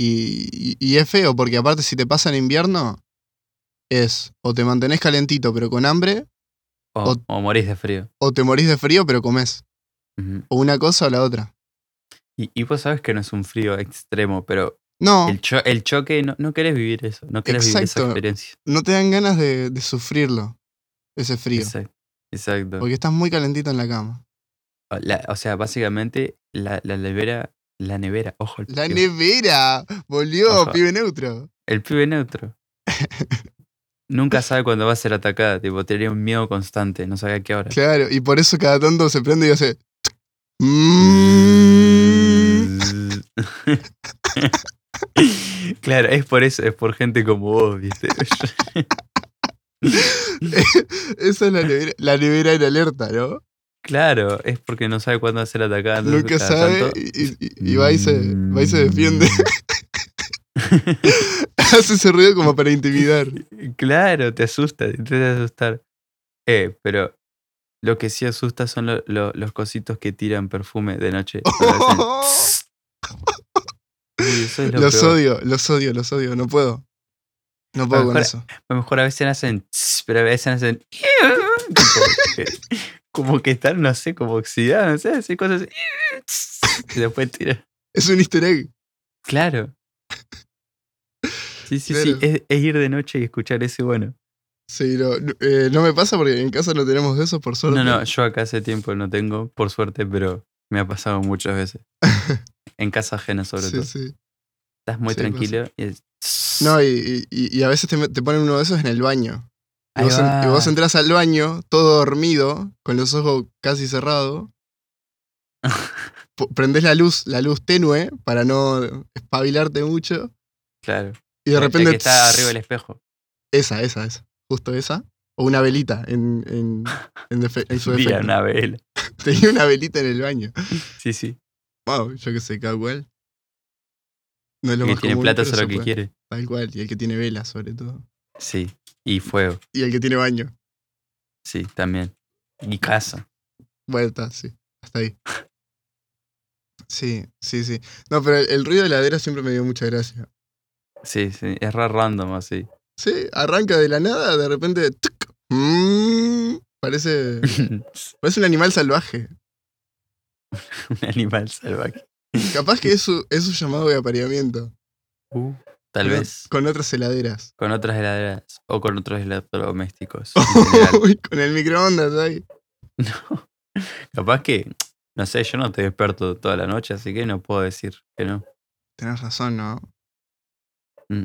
[SPEAKER 2] Y, y- y es feo porque aparte si te pasa en invierno es o te mantenés calentito pero con hambre
[SPEAKER 1] O,
[SPEAKER 2] O-
[SPEAKER 1] o morís de frío.
[SPEAKER 2] o te morís de frío pero comes.
[SPEAKER 1] Ujú.
[SPEAKER 2] O una cosa o la otra.
[SPEAKER 1] y, y vos sabés que no es un frío extremo, pero
[SPEAKER 2] No,
[SPEAKER 1] el, cho- el choque, no, no querés vivir eso. No querés vivir esa
[SPEAKER 2] Exacto.
[SPEAKER 1] experiencia.
[SPEAKER 2] no te dan ganas de, de sufrirlo. Ese frío.
[SPEAKER 1] Exacto. Exacto. Ah,
[SPEAKER 2] Porque estás muy calentito en la cama.
[SPEAKER 1] La- o sea, básicamente la, la nevera, la nevera, ojo, el,
[SPEAKER 2] La
[SPEAKER 1] pibe,
[SPEAKER 2] nevera. Volvió,
[SPEAKER 1] Ojo.
[SPEAKER 2] pibe neutro.
[SPEAKER 1] el pibe neutro. Nunca sabe cuándo va a ser atacada, tipo, tenía un miedo constante, no sabía a qué hora.
[SPEAKER 2] Claro, y por eso cada tanto se prende y hace... "Mm".
[SPEAKER 1] claro, es por eso, es por gente como vos, viste.
[SPEAKER 2] Esa es la nevera, la nevera en alerta, ¿no?
[SPEAKER 1] claro, es porque no sabe cuándo va a ser atacada. entonces
[SPEAKER 2] Nunca
[SPEAKER 1] cada
[SPEAKER 2] sabe
[SPEAKER 1] tanto- Mm.
[SPEAKER 2] y, y- y- y va, y se, va y se defiende. Hace ese ruido como para intimidar.
[SPEAKER 1] Claro, te asusta, te intenta asustar. Eh, pero lo que sí asusta son lo- lo- los cositos que tiran perfume de noche. cuando hacen tss. Uy, eso es lo
[SPEAKER 2] los
[SPEAKER 1] peor.
[SPEAKER 2] odio, los odio, los odio. No puedo. No puedo con
[SPEAKER 1] mejor-
[SPEAKER 2] eso.
[SPEAKER 1] A lo mejor a veces hacen, tss, pero a veces hacen. tipo, eh, como que están, no sé, como oxidados, no sé, así cosas. así, tss, Y después tiran.
[SPEAKER 2] Es un easter egg.
[SPEAKER 1] Claro. Sí, sí, sí.
[SPEAKER 2] Claro.
[SPEAKER 1] Es, es ir de noche y escuchar ese bueno.
[SPEAKER 2] Sí, no, no, eh, no me pasa porque en casa no tenemos de esos, por suerte.
[SPEAKER 1] No, no, yo acá hace tiempo no tengo, por suerte, pero me ha pasado muchas veces. En casa ajena, sobre
[SPEAKER 2] Sí,
[SPEAKER 1] todo.
[SPEAKER 2] sí.
[SPEAKER 1] Estás muy
[SPEAKER 2] sí,
[SPEAKER 1] tranquilo y es.
[SPEAKER 2] No, y, y- y a veces te, te ponen uno de esos en el baño. Y
[SPEAKER 1] Ahí
[SPEAKER 2] vos, en- y
[SPEAKER 1] va.
[SPEAKER 2] vos entras al baño, todo dormido, con los ojos casi cerrados. Po- Prendés la luz, la luz tenue, para no espabilarte mucho.
[SPEAKER 1] Claro.
[SPEAKER 2] Y de
[SPEAKER 1] El- el
[SPEAKER 2] repente.
[SPEAKER 1] que está arriba del espejo.
[SPEAKER 2] Esa, esa, esa. Justo esa. O una velita en, en, en defe- en su
[SPEAKER 1] Tira
[SPEAKER 2] defecto.
[SPEAKER 1] una vela.
[SPEAKER 2] Tenía una velita en el baño.
[SPEAKER 1] Sí, sí.
[SPEAKER 2] Wow, yo que sé, cada cual. No es lo
[SPEAKER 1] El que
[SPEAKER 2] más
[SPEAKER 1] tiene
[SPEAKER 2] común,
[SPEAKER 1] plata es
[SPEAKER 2] pero
[SPEAKER 1] lo
[SPEAKER 2] se
[SPEAKER 1] que
[SPEAKER 2] puede.
[SPEAKER 1] quiere.
[SPEAKER 2] Tal cual, y el que tiene vela, sobre todo.
[SPEAKER 1] Sí. Y fuego.
[SPEAKER 2] Y el que tiene baño.
[SPEAKER 1] Sí, también. Y casa.
[SPEAKER 2] Vuelta, sí. Hasta ahí. Sí, sí, sí. No, pero el, el ruido de la heladera siempre me dio mucha gracia.
[SPEAKER 1] Sí, sí. Es re random así.
[SPEAKER 2] Sí, arranca de la nada, de repente. ¡tuc! Mm, parece. Parece un animal salvaje.
[SPEAKER 1] Un animal salvaje.
[SPEAKER 2] Capaz que es su, es su llamado de apareamiento.
[SPEAKER 1] Uh, tal
[SPEAKER 2] Con-
[SPEAKER 1] vez.
[SPEAKER 2] Con otras heladeras.
[SPEAKER 1] Con otras heladeras. O con otros electrodomésticos. en general.
[SPEAKER 2] Uy, con el microondas ahí.
[SPEAKER 1] No. Capaz que, no sé, yo no estoy experto toda la noche, así que no puedo decir que no.
[SPEAKER 2] Tenés razón, ¿no?
[SPEAKER 1] Mm.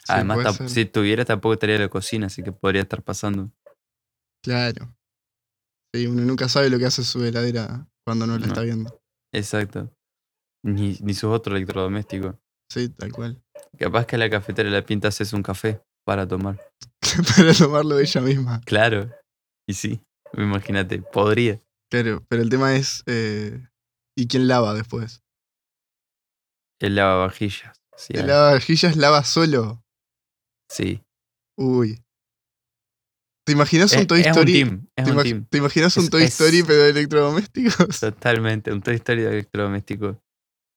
[SPEAKER 2] Sí,
[SPEAKER 1] Además,
[SPEAKER 2] puede
[SPEAKER 1] tam-
[SPEAKER 2] ser.
[SPEAKER 1] si tuviera tampoco estaría en la cocina, así que podría estar pasando.
[SPEAKER 2] Claro. Sí, uno nunca sabe lo que hace su heladera cuando no
[SPEAKER 1] No.
[SPEAKER 2] la está viendo.
[SPEAKER 1] Exacto. Ni, ni sus otros electrodomésticos.
[SPEAKER 2] Sí, tal cual.
[SPEAKER 1] Capaz que a la cafetera le pintas es un café para tomar.
[SPEAKER 2] Para tomarlo ella misma.
[SPEAKER 1] Claro. Y sí, imagínate, podría.
[SPEAKER 2] Claro, pero el tema es. eh, ¿Y quién lava después?
[SPEAKER 1] El lavavajillas. Sí,
[SPEAKER 2] El
[SPEAKER 1] hay.
[SPEAKER 2] lavavajillas lava solo.
[SPEAKER 1] sí.
[SPEAKER 2] Uy. ¿Te imaginas
[SPEAKER 1] Es,
[SPEAKER 2] un Toy
[SPEAKER 1] es
[SPEAKER 2] Story?
[SPEAKER 1] team, es
[SPEAKER 2] ¿Te,
[SPEAKER 1] un
[SPEAKER 2] ima-
[SPEAKER 1] team.
[SPEAKER 2] te imaginas un
[SPEAKER 1] Es-
[SPEAKER 2] Toy
[SPEAKER 1] es-
[SPEAKER 2] Story pero de electrodomésticos?
[SPEAKER 1] Totalmente, un Toy Story de electrodoméstico.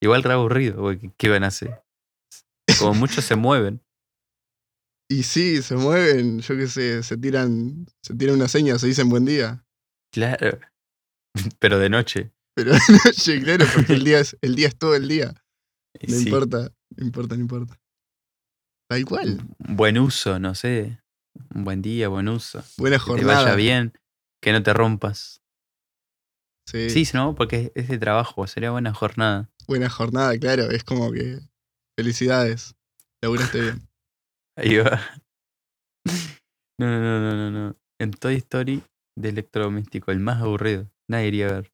[SPEAKER 1] Igual re aburrido, güey, ¿qué- ¿qué van a hacer? Como muchos se mueven.
[SPEAKER 2] Y sí, se mueven, yo qué sé, se tiran, se tiran una seña, se dicen buen día.
[SPEAKER 1] Claro. Pero de noche.
[SPEAKER 2] Pero de noche, claro, porque el día es, el día es todo el día.
[SPEAKER 1] Y
[SPEAKER 2] No
[SPEAKER 1] sí,
[SPEAKER 2] importa, no importa, no importa. Tal
[SPEAKER 1] Mm,
[SPEAKER 2] cual.
[SPEAKER 1] Buen uso, no sé. Un buen día, buen uso.
[SPEAKER 2] Buena
[SPEAKER 1] Que te vaya
[SPEAKER 2] jornada.
[SPEAKER 1] bien, que no te rompas.
[SPEAKER 2] Sí,
[SPEAKER 1] Sí, ¿no? Porque es de trabajo, sería buena jornada.
[SPEAKER 2] Buena jornada, claro. Es como que. Felicidades. Laburaste bien.
[SPEAKER 1] Ahí va. No, no, no, no, no, no. En Toy Story de electrodoméstico, el más aburrido. Nadie iría a ver.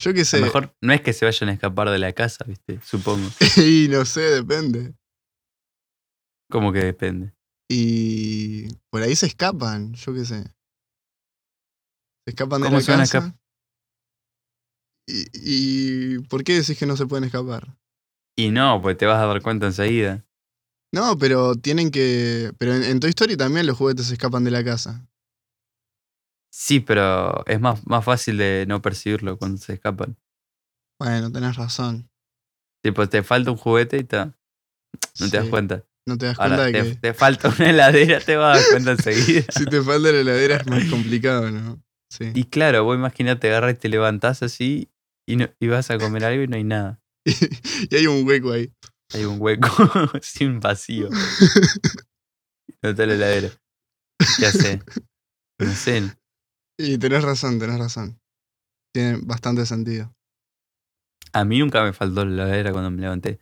[SPEAKER 2] Yo qué
[SPEAKER 1] A
[SPEAKER 2] sé.
[SPEAKER 1] lo mejor no es que se vayan a escapar de la casa, ¿viste? Supongo.
[SPEAKER 2] Y no sé, depende.
[SPEAKER 1] Como que depende.
[SPEAKER 2] Y. Por ahí se escapan, yo qué sé. Se escapan de
[SPEAKER 1] ¿Cómo
[SPEAKER 2] la
[SPEAKER 1] se van a
[SPEAKER 2] casa. Y, ¿Y por qué decís que no se pueden escapar?
[SPEAKER 1] Y no, pues te vas a dar cuenta enseguida.
[SPEAKER 2] No, pero tienen que. Pero en, en Toy Story también los juguetes se escapan de la casa.
[SPEAKER 1] Sí, pero es más, más fácil de no percibirlo cuando se escapan.
[SPEAKER 2] Bueno, tenés razón.
[SPEAKER 1] Tipo, pues, te falta un juguete y ta, no te das
[SPEAKER 2] Sí,
[SPEAKER 1] cuenta.
[SPEAKER 2] No te das cuenta
[SPEAKER 1] Ahora,
[SPEAKER 2] de
[SPEAKER 1] te,
[SPEAKER 2] que.
[SPEAKER 1] te falta una heladera, te vas a dar cuenta enseguida.
[SPEAKER 2] Si te falta la heladera es más complicado, ¿no? Sí.
[SPEAKER 1] Y claro, vos imagínate, agarras y te levantás así y, no- y vas a comer algo y no hay nada.
[SPEAKER 2] y hay un hueco ahí.
[SPEAKER 1] Hay un hueco, sí, un vacío. No está la heladera. ¿Qué hace? No sé.
[SPEAKER 2] Y tenés razón, tenés razón. Tiene bastante sentido.
[SPEAKER 1] A mí nunca me faltó la heladera cuando me levanté.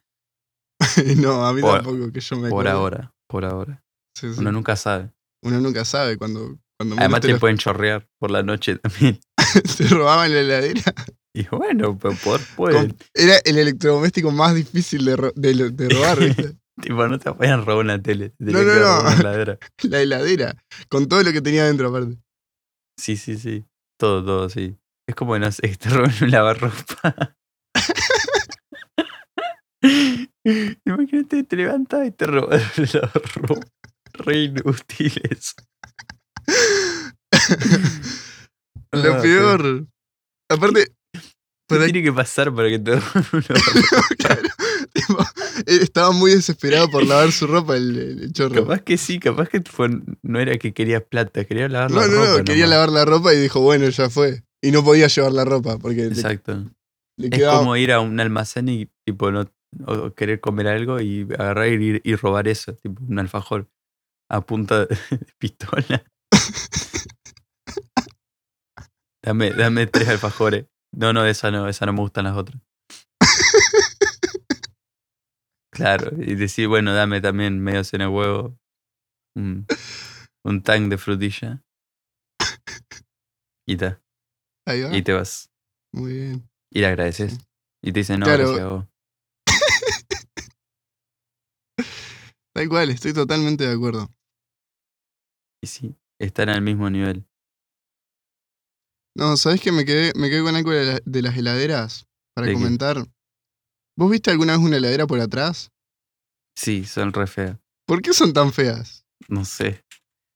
[SPEAKER 2] no, a mí
[SPEAKER 1] Por-
[SPEAKER 2] tampoco, que yo me
[SPEAKER 1] Por
[SPEAKER 2] acuerde.
[SPEAKER 1] ahora, por ahora.
[SPEAKER 2] Sí, sí.
[SPEAKER 1] Uno nunca sabe.
[SPEAKER 2] Uno nunca sabe cuando, cuando menos
[SPEAKER 1] Además
[SPEAKER 2] te,
[SPEAKER 1] te
[SPEAKER 2] lo-
[SPEAKER 1] pueden chorrear por la noche también.
[SPEAKER 2] te robaban la heladera.
[SPEAKER 1] Y bueno, pues por pueden.
[SPEAKER 2] Era el electrodoméstico más difícil de, ro- de lo- de robar, ¿viste?
[SPEAKER 1] Tipo, no te pueden robar una tele. Te
[SPEAKER 2] No,
[SPEAKER 1] tienen
[SPEAKER 2] no,
[SPEAKER 1] que
[SPEAKER 2] no.
[SPEAKER 1] robar Una heladera.
[SPEAKER 2] la heladera. Con todo lo que tenía dentro, aparte.
[SPEAKER 1] Sí, sí, sí. Todo, todo, sí. Es como, no sé, que te roben un lavarropa. Imagínate, te levantas y te roban el lavarropa. Re inútiles.
[SPEAKER 2] Lo
[SPEAKER 1] Ah,
[SPEAKER 2] peor. Aparte,
[SPEAKER 1] pero,
[SPEAKER 2] para
[SPEAKER 1] ¿Qué tiene que pasar para que te roben un lavarropa?
[SPEAKER 2] Claro, tipo, él estaba muy desesperado por lavar su ropa el, el chorro.
[SPEAKER 1] Capaz que sí, capaz que fue- no era que querías plata, querías lavar
[SPEAKER 2] No,
[SPEAKER 1] la
[SPEAKER 2] no, no,
[SPEAKER 1] ropa
[SPEAKER 2] quería
[SPEAKER 1] nomás.
[SPEAKER 2] lavar la ropa y dijo, bueno, ya fue. Y no podía llevar la ropa porque le,
[SPEAKER 1] Exacto.
[SPEAKER 2] le
[SPEAKER 1] Es
[SPEAKER 2] quedaba.
[SPEAKER 1] como ir a un almacén y tipo no o o querer comer algo y agarrar y, ir- y robar eso, tipo un alfajor a punta de pistola. dame, dame tres alfajores. No, no, esa no, esa no me gustan las otras. Claro, y decir, bueno, dame también medio cena de huevo, un, un tang de frutilla. Y, ta,
[SPEAKER 2] Ahí va,
[SPEAKER 1] y te vas.
[SPEAKER 2] Muy bien.
[SPEAKER 1] Y le agradeces. Y te dicen, no,
[SPEAKER 2] Claro.
[SPEAKER 1] gracias a vos.
[SPEAKER 2] Tal cual, estoy totalmente de acuerdo.
[SPEAKER 1] Y sí, están al mismo nivel.
[SPEAKER 2] No, ¿sabes que me quedé, me quedé con algo de, la- de las heladeras para
[SPEAKER 1] ¿De qué?
[SPEAKER 2] comentar? ¿Vos viste alguna vez una heladera por atrás?
[SPEAKER 1] Sí, son re feas.
[SPEAKER 2] ¿Por qué son tan feas?
[SPEAKER 1] No sé.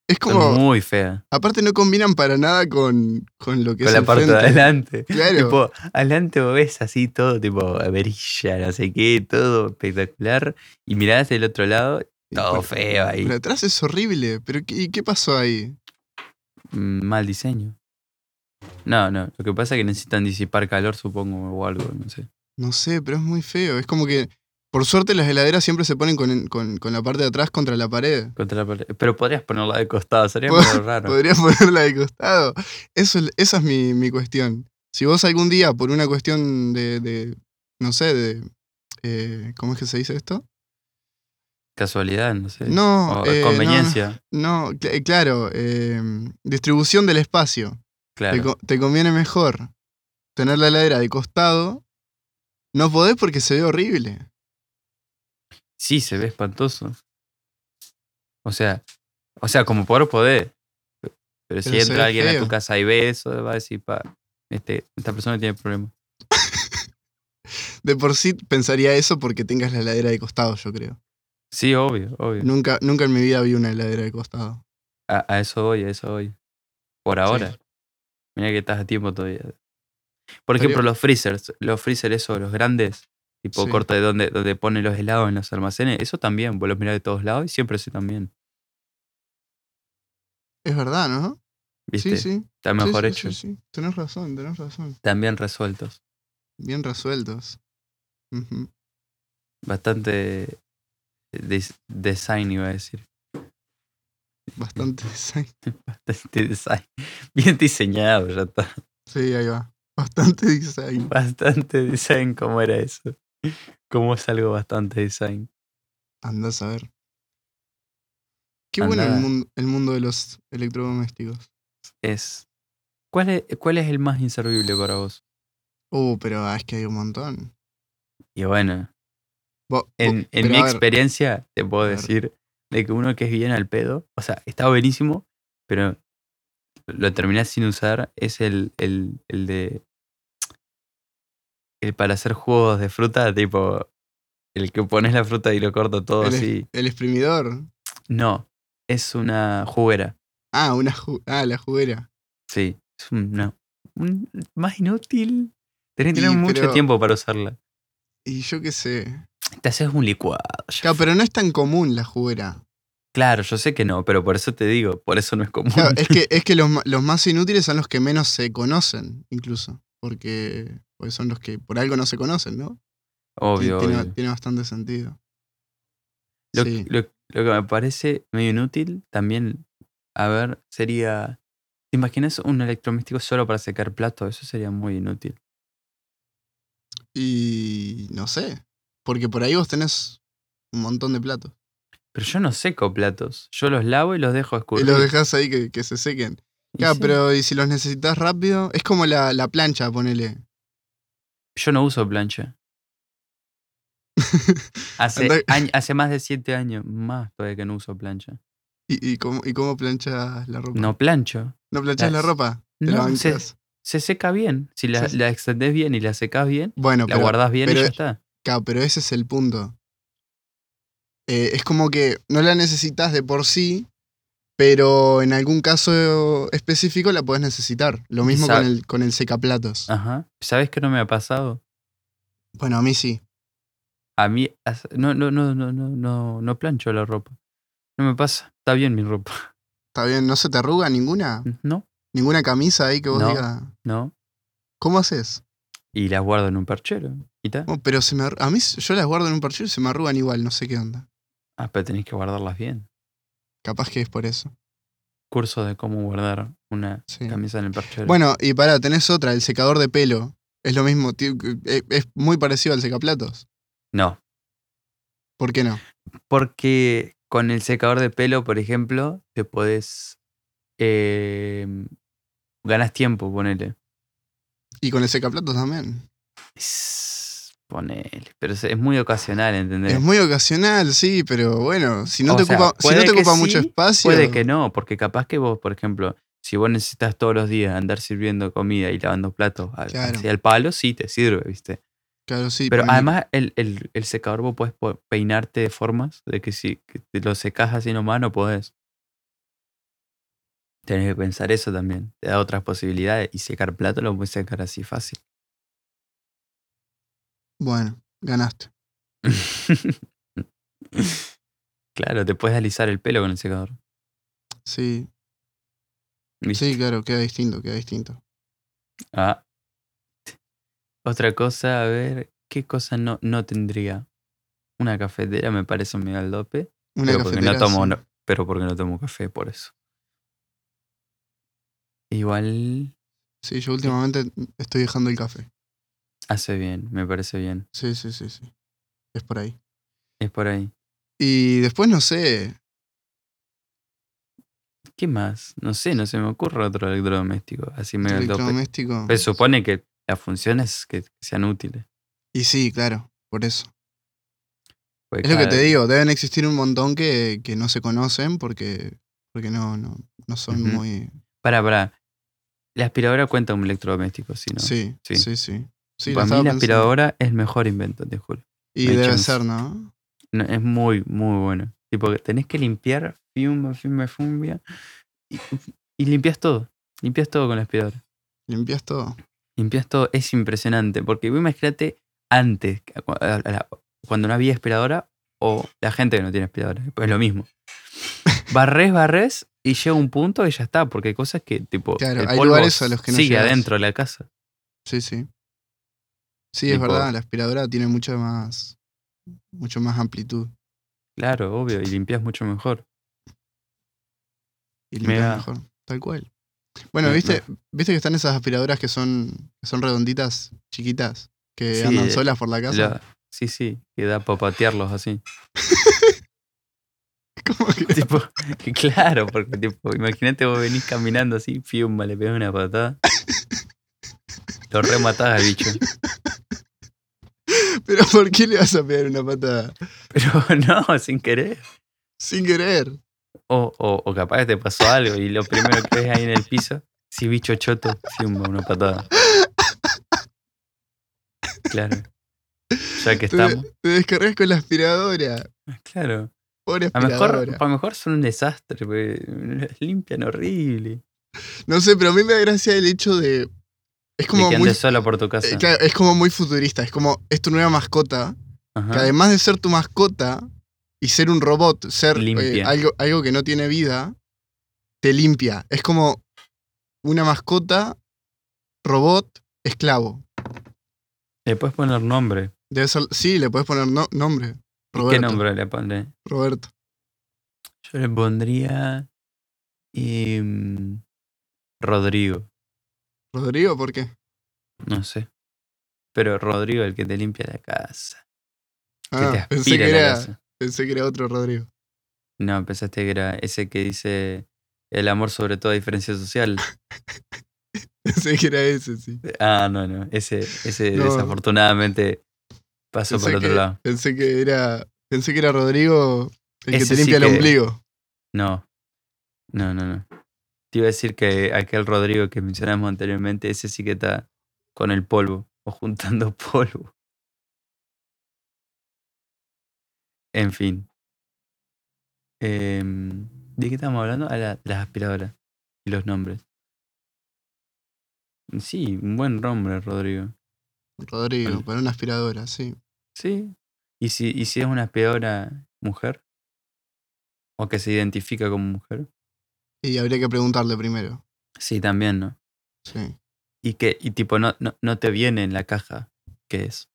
[SPEAKER 2] Es
[SPEAKER 1] Son
[SPEAKER 2] como.
[SPEAKER 1] muy fea.
[SPEAKER 2] Aparte, no combinan para nada con, con lo que
[SPEAKER 1] Con
[SPEAKER 2] es
[SPEAKER 1] la
[SPEAKER 2] el
[SPEAKER 1] parte de
[SPEAKER 2] frente.
[SPEAKER 1] adelante.
[SPEAKER 2] Claro.
[SPEAKER 1] Tipo, adelante vos ves así todo, tipo, brilla, no sé qué, todo espectacular. Y mirás del otro lado,
[SPEAKER 2] Y
[SPEAKER 1] todo
[SPEAKER 2] por-
[SPEAKER 1] feo ahí.
[SPEAKER 2] Pero atrás es horrible. ¿Pero qué, ¿Y qué pasó ahí?
[SPEAKER 1] mm, mal diseño. No, no, lo que pasa es que necesitan disipar calor, supongo, o algo, no sé.
[SPEAKER 2] No sé, pero es muy feo. Es como que. Por suerte, las heladeras siempre se ponen con, con- con la parte de atrás contra la pared.
[SPEAKER 1] Contra la pared. Pero podrías ponerla de costado, sería
[SPEAKER 2] Pod-
[SPEAKER 1] medio raro.
[SPEAKER 2] Podría ponerla de costado. Eso, es- esa es mi, mi cuestión. Si vos algún día, por una cuestión de. de, no sé, de. eh, ¿Cómo es que se dice esto?
[SPEAKER 1] Casualidad, no sé.
[SPEAKER 2] No,
[SPEAKER 1] O
[SPEAKER 2] eh, no,
[SPEAKER 1] conveniencia.
[SPEAKER 2] No, cl- eh, claro. eh, distribución del espacio. Te,
[SPEAKER 1] Claro.
[SPEAKER 2] co- te conviene mejor tener la heladera de costado. No podés porque se ve horrible.
[SPEAKER 1] Sí, se ve espantoso. O sea, o sea, como por poder. Pero si
[SPEAKER 2] Pero se ve
[SPEAKER 1] entra alguien a
[SPEAKER 2] feo.
[SPEAKER 1] tu casa y ve eso, va a decir, pa, este, esta persona tiene problemas.
[SPEAKER 2] De por sí pensaría eso porque tengas la heladera de costado, yo creo.
[SPEAKER 1] Sí, obvio, obvio.
[SPEAKER 2] Nunca, nunca en mi vida vi una heladera de costado.
[SPEAKER 1] A, a eso voy, a eso voy. Por ahora. Mira que estás a tiempo todavía. Por
[SPEAKER 2] Estaría-
[SPEAKER 1] ejemplo, los freezers. Los freezers esos, los grandes. Tipo
[SPEAKER 2] Sí.
[SPEAKER 1] corte donde, donde ponen los helados en los almacenes. Eso también, vos los mirás de todos lados y siempre se también.
[SPEAKER 2] Es verdad, ¿no?
[SPEAKER 1] ¿Viste?
[SPEAKER 2] Sí, sí.
[SPEAKER 1] Está
[SPEAKER 2] Sí,
[SPEAKER 1] mejor
[SPEAKER 2] sí,
[SPEAKER 1] hecho.
[SPEAKER 2] sí, sí. Tenés razón, tenés razón.
[SPEAKER 1] También resueltos.
[SPEAKER 2] Bien resueltos. Ujú.
[SPEAKER 1] Bastante eh, des- design, iba a decir.
[SPEAKER 2] Bastante design.
[SPEAKER 1] Bastante design. Bien diseñado, ya está.
[SPEAKER 2] Sí, ahí va. Bastante design.
[SPEAKER 1] Bastante design, ¿cómo era eso? ¿Cómo es algo bastante design?
[SPEAKER 2] Andás a ver. Qué
[SPEAKER 1] Andá.
[SPEAKER 2] bueno el mundo, el mundo de los electrodomésticos.
[SPEAKER 1] Es. ¿Cuál es, cuál es el más inservible para vos?
[SPEAKER 2] Uh, pero ah, es que hay un montón.
[SPEAKER 1] Y bueno,
[SPEAKER 2] Vo- vo-
[SPEAKER 1] en, en
[SPEAKER 2] Oh, pero
[SPEAKER 1] mi
[SPEAKER 2] a ver,
[SPEAKER 1] experiencia te puedo
[SPEAKER 2] A ver.
[SPEAKER 1] decir de que uno que es bien al pedo, o sea, está buenísimo, pero lo terminás sin usar, es el, el, el de... El para hacer juegos de fruta, tipo... El que pones la fruta y lo corto todo
[SPEAKER 2] El es-
[SPEAKER 1] así.
[SPEAKER 2] El exprimidor.
[SPEAKER 1] No, es una juguera,
[SPEAKER 2] Ah, una ju- ah, la juguera.
[SPEAKER 1] sí. Es una... un- más inútil. Tenés que tener
[SPEAKER 2] Y,
[SPEAKER 1] mucho
[SPEAKER 2] pero-
[SPEAKER 1] tiempo para usarla.
[SPEAKER 2] Y yo qué sé.
[SPEAKER 1] Te haces un licuado. ya
[SPEAKER 2] Claro, pero no es tan común la juguera.
[SPEAKER 1] Claro, yo sé que no, pero por eso te digo, por eso no es común.
[SPEAKER 2] Claro, eh, es que, es que los, ma- los más inútiles son los que menos se conocen, incluso. Porque, porque son los que por algo no se conocen, ¿no?
[SPEAKER 1] obvio,
[SPEAKER 2] tiene,
[SPEAKER 1] obvio.
[SPEAKER 2] tiene bastante sentido.
[SPEAKER 1] Lo,
[SPEAKER 2] sí.
[SPEAKER 1] lo- lo que me parece medio inútil también, a ver, sería... ¿Te imaginas un electrodoméstico solo para secar platos? Eso sería muy inútil.
[SPEAKER 2] Y no sé. Porque por ahí vos tenés un montón de platos.
[SPEAKER 1] Pero yo no seco platos. Yo los lavo y los dejo
[SPEAKER 2] Y
[SPEAKER 1] escurrir.
[SPEAKER 2] los dejás ahí que, que se sequen.
[SPEAKER 1] Y
[SPEAKER 2] Claro,
[SPEAKER 1] sí,
[SPEAKER 2] pero y si los necesitas rápido, es como la, la plancha, ponele.
[SPEAKER 1] Yo no uso plancha. Hace,
[SPEAKER 2] Andá-
[SPEAKER 1] añ- hace más de siete años, más todavía que no uso plancha.
[SPEAKER 2] ¿Y, y cómo, y cómo planchas la ropa?
[SPEAKER 1] No plancho.
[SPEAKER 2] ¿No planchas la
[SPEAKER 1] las-
[SPEAKER 2] ropa? ¿Te la
[SPEAKER 1] No, se,
[SPEAKER 2] bancas?
[SPEAKER 1] se seca bien. Si la,
[SPEAKER 2] Sí.
[SPEAKER 1] la extendés bien y la secás bien,
[SPEAKER 2] Bueno,
[SPEAKER 1] la
[SPEAKER 2] pero
[SPEAKER 1] guardás bien y
[SPEAKER 2] pero-
[SPEAKER 1] ya está.
[SPEAKER 2] Claro, pero ese es el punto. Eh, es como que no la necesitas de por sí, pero en algún caso específico la puedes necesitar. Lo mismo con
[SPEAKER 1] Exacto.
[SPEAKER 2] el, con el secaplatos.
[SPEAKER 1] Ajá. ¿Sabes qué no me ha pasado?
[SPEAKER 2] Bueno, a mí sí.
[SPEAKER 1] A mí hace- no no no no no no no plancho la ropa. No me pasa. Está bien mi ropa.
[SPEAKER 2] Está bien, no se te arruga ninguna,
[SPEAKER 1] No,
[SPEAKER 2] ninguna camisa ahí que vos
[SPEAKER 1] No.
[SPEAKER 2] digas,
[SPEAKER 1] no.
[SPEAKER 2] ¿cómo haces?
[SPEAKER 1] Y las guardo en un perchero. ¿Y tal?
[SPEAKER 2] Oh, pero se me arru- a mí s- yo las guardo en un parchero y se me arrugan igual, no sé qué onda.
[SPEAKER 1] Ah, pero tenés que guardarlas bien.
[SPEAKER 2] Capaz que es por eso.
[SPEAKER 1] Curso de cómo guardar una
[SPEAKER 2] Sí.
[SPEAKER 1] camisa en el perchero.
[SPEAKER 2] Bueno, y pará, tenés otra, el secador de pelo. Es lo mismo, ti- eh, es muy parecido al secaplatos.
[SPEAKER 1] No,
[SPEAKER 2] ¿Por qué no?
[SPEAKER 1] porque con el secador de pelo, por ejemplo, te podés eh, ganas tiempo, ponele.
[SPEAKER 2] Y con el secaplatos también.
[SPEAKER 1] Es- Ponele. Pero es es muy ocasional, ¿entendés?
[SPEAKER 2] Es muy ocasional, sí, pero bueno, si no
[SPEAKER 1] O
[SPEAKER 2] te
[SPEAKER 1] sea,
[SPEAKER 2] ocupa, si no
[SPEAKER 1] puede
[SPEAKER 2] te
[SPEAKER 1] que
[SPEAKER 2] ocupa
[SPEAKER 1] sí,
[SPEAKER 2] mucho espacio,
[SPEAKER 1] Puede que no, porque capaz que vos, por ejemplo, si vos necesitas todos los días andar sirviendo comida y lavando platos al,
[SPEAKER 2] Claro.
[SPEAKER 1] así al palo, sí te sirve, ¿viste?
[SPEAKER 2] Claro, sí.
[SPEAKER 1] Pero
[SPEAKER 2] para mí-
[SPEAKER 1] además el, el, el secador vos podés po- peinarte de formas de que si que te lo secás así nomás no podés. Tenés que pensar eso también. Te da otras posibilidades. Y secar plato lo puedes secar así fácil.
[SPEAKER 2] Bueno, ganaste.
[SPEAKER 1] claro, te puedes alisar el pelo con el secador.
[SPEAKER 2] Sí,
[SPEAKER 1] ¿viste?
[SPEAKER 2] sí, claro, queda distinto, queda distinto.
[SPEAKER 1] Ah. Otra cosa, a ver, ¿qué cosa no, no tendría? Una cafetera me parece medio al dope.
[SPEAKER 2] Una
[SPEAKER 1] pero, porque no
[SPEAKER 2] cafetera,
[SPEAKER 1] tomo,
[SPEAKER 2] sí.
[SPEAKER 1] no- pero porque no tomo café, por eso. Igual
[SPEAKER 2] Sí, yo últimamente estoy dejando el café.
[SPEAKER 1] hace bien, me parece bien.
[SPEAKER 2] Sí, sí, sí, sí. Es por ahí.
[SPEAKER 1] Es por ahí.
[SPEAKER 2] Y después no sé.
[SPEAKER 1] ¿Qué más? No sé, no se me ocurre otro electrodoméstico. Así medio al dope.
[SPEAKER 2] Electrodoméstico.
[SPEAKER 1] Pero supone que las funciones que sean útiles.
[SPEAKER 2] Y sí, claro, por eso.
[SPEAKER 1] Porque
[SPEAKER 2] Es lo que
[SPEAKER 1] cada-
[SPEAKER 2] te digo, deben existir un montón que, que no se conocen porque, porque no, no, no son
[SPEAKER 1] Ujú.
[SPEAKER 2] muy.
[SPEAKER 1] Pará, pará. La aspiradora cuenta como electrodoméstico, ¿sí, no?
[SPEAKER 2] Sí,
[SPEAKER 1] Sí.
[SPEAKER 2] sí, sí. sí. lo
[SPEAKER 1] Para mí la
[SPEAKER 2] estaba pensando.
[SPEAKER 1] aspiradora es el mejor invento, te juro.
[SPEAKER 2] Y
[SPEAKER 1] no hay
[SPEAKER 2] debe
[SPEAKER 1] chance.
[SPEAKER 2] ser, ¿no?
[SPEAKER 1] No, es muy, muy bueno. Tipo, que tenés que limpiar, fiumba, fiumba, fumbia. Y, y limpias todo. Limpias todo con la aspiradora.
[SPEAKER 2] Limpias todo.
[SPEAKER 1] Limpias todo. Es impresionante. Porque vos imagínate antes, cu- a la- cuando no había aspiradora, o la gente que no tiene aspiradora. Pues es lo mismo. Barres, barres, y llega un punto y ya está. Porque hay cosas que, tipo,
[SPEAKER 2] Claro,
[SPEAKER 1] el
[SPEAKER 2] hay
[SPEAKER 1] polvo
[SPEAKER 2] lugares a los que no
[SPEAKER 1] sigue
[SPEAKER 2] llegás.
[SPEAKER 1] adentro de la casa.
[SPEAKER 2] Sí, sí. Sí, es
[SPEAKER 1] Tipo-
[SPEAKER 2] verdad, la aspiradora tiene mucha más. Mucho más amplitud.
[SPEAKER 1] Claro, obvio. Y limpias mucho mejor.
[SPEAKER 2] Y limpia
[SPEAKER 1] Mira.
[SPEAKER 2] mejor. Tal cual. Bueno,
[SPEAKER 1] Me-
[SPEAKER 2] ¿viste, viste que están esas aspiradoras que son, que son redonditas, chiquitas, que
[SPEAKER 1] Sí,
[SPEAKER 2] andan
[SPEAKER 1] eh,
[SPEAKER 2] solas por la casa?
[SPEAKER 1] La- sí, sí. Que da para patearlos así.
[SPEAKER 2] Como que-
[SPEAKER 1] tipo, que claro, porque tipo, imagínate vos venís caminando así, fiumba, le pegas una patada. Lo rematás al bicho.
[SPEAKER 2] Pero ¿por qué le vas a pegar una patada?
[SPEAKER 1] Pero no, sin querer.
[SPEAKER 2] Sin querer.
[SPEAKER 1] O, o, o capaz que te pasó algo y lo primero que ves ahí en el piso, si bicho choto, fiumba, una patada. Claro. Ya que
[SPEAKER 2] Te, de-
[SPEAKER 1] estamos.
[SPEAKER 2] te descargas con la aspiradora.
[SPEAKER 1] Claro.
[SPEAKER 2] Pobre
[SPEAKER 1] A lo mejor,
[SPEAKER 2] aspiradora.
[SPEAKER 1] a lo mejor son un desastre, porque las limpian horrible.
[SPEAKER 2] No sé, pero a mí me da gracia el hecho de. Es
[SPEAKER 1] Y
[SPEAKER 2] como
[SPEAKER 1] que
[SPEAKER 2] muy.
[SPEAKER 1] andes sola por tu casa.
[SPEAKER 2] eh, claro, es como muy futurista. Es como, es tu nueva mascota.
[SPEAKER 1] Ajá.
[SPEAKER 2] Que además de ser tu mascota y ser un robot, ser eh,
[SPEAKER 1] Limpia.
[SPEAKER 2] algo, algo que no tiene vida, te limpia. Es como una mascota, robot, esclavo.
[SPEAKER 1] Le puedes poner nombre.
[SPEAKER 2] Debe ser. Sí, le puedes poner no- nombre.
[SPEAKER 1] ¿Y
[SPEAKER 2] Roberto.
[SPEAKER 1] ¿Qué nombre le pones?
[SPEAKER 2] Roberto.
[SPEAKER 1] Yo le pondría. em, Rodrigo,
[SPEAKER 2] ¿Rodrigo por qué?
[SPEAKER 1] no sé. Pero Rodrigo, el que te limpia la casa. Que te
[SPEAKER 2] Ah, pensé,
[SPEAKER 1] aspira
[SPEAKER 2] que
[SPEAKER 1] la
[SPEAKER 2] era,
[SPEAKER 1] casa.
[SPEAKER 2] pensé que era otro Rodrigo.
[SPEAKER 1] No, pensaste que era ese que dice el amor sobre toda diferencia social.
[SPEAKER 2] Pensé que era ese, sí.
[SPEAKER 1] Ah, no, no. Ese, ese
[SPEAKER 2] No.
[SPEAKER 1] desafortunadamente pasó por
[SPEAKER 2] Pensé
[SPEAKER 1] otro
[SPEAKER 2] que-
[SPEAKER 1] lado.
[SPEAKER 2] Pensé que era. Pensé que era Rodrigo el que
[SPEAKER 1] Ese
[SPEAKER 2] te
[SPEAKER 1] sí
[SPEAKER 2] limpia el
[SPEAKER 1] que-
[SPEAKER 2] ombligo.
[SPEAKER 1] No. No, no, no. Te iba a decir que aquel Rodrigo que mencionamos anteriormente, ese sí que está con el polvo o juntando polvo. En fin. Em, ¿De qué estamos hablando? A la- las aspiradoras y los nombres. Sí, un buen nombre, Rodrigo.
[SPEAKER 2] Rodrigo,
[SPEAKER 1] Vale.
[SPEAKER 2] para una aspiradora, sí.
[SPEAKER 1] Sí. ¿Y si, y si es una aspiradora mujer? ¿O que se identifica como mujer?
[SPEAKER 2] Y habría que preguntarle primero.
[SPEAKER 1] Sí, también, ¿no?
[SPEAKER 2] Sí.
[SPEAKER 1] y que y tipo no, no, no te viene en la caja que es.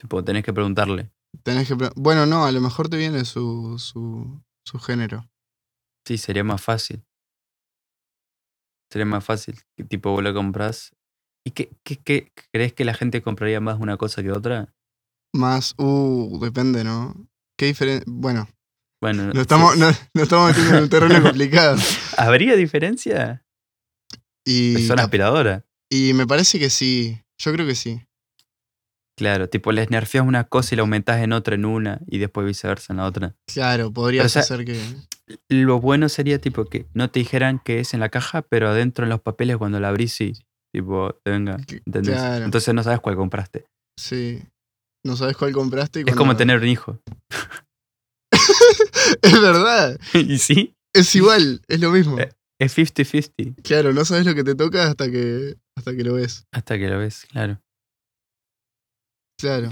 [SPEAKER 1] Tipo, tenés que preguntarle.
[SPEAKER 2] Tenés que pre- Bueno, no, a lo mejor te viene su, su, su género.
[SPEAKER 1] Sí, sería más fácil. Sería más fácil. Que, tipo, vos la compras. ¿Y qué, qué, qué- crees que la gente compraría más una cosa que otra?
[SPEAKER 2] Más, uh, depende, ¿no? ¿Qué diferencia? Bueno,
[SPEAKER 1] Bueno,
[SPEAKER 2] no estamos,
[SPEAKER 1] sí.
[SPEAKER 2] no, no estamos metiendo en un terreno complicado.
[SPEAKER 1] ¿habría diferencia?
[SPEAKER 2] Y,
[SPEAKER 1] Son aspiradoras.
[SPEAKER 2] y me parece que sí. Yo creo que sí.
[SPEAKER 1] Claro, tipo, les nerfeas una cosa y la aumentás en otra en una y después viceversa en la otra.
[SPEAKER 2] Claro, podrías
[SPEAKER 1] Pero, o sea,
[SPEAKER 2] hacer que.
[SPEAKER 1] Lo bueno sería, tipo, que no te dijeran que es en la caja, pero adentro en los papeles cuando la abrís, sí. Tipo, venga, ¿entendés?
[SPEAKER 2] Claro.
[SPEAKER 1] Entonces no sabes cuál compraste.
[SPEAKER 2] Sí. No sabes cuál compraste. y
[SPEAKER 1] Es
[SPEAKER 2] cuando-
[SPEAKER 1] como tener un hijo.
[SPEAKER 2] Es verdad.
[SPEAKER 1] ¿Y sí?
[SPEAKER 2] Es igual. Es lo mismo.
[SPEAKER 1] Eh. Es 50-50
[SPEAKER 2] Claro, no sabes lo que te toca hasta que, hasta que lo ves.
[SPEAKER 1] hasta que lo ves, claro.
[SPEAKER 2] Claro.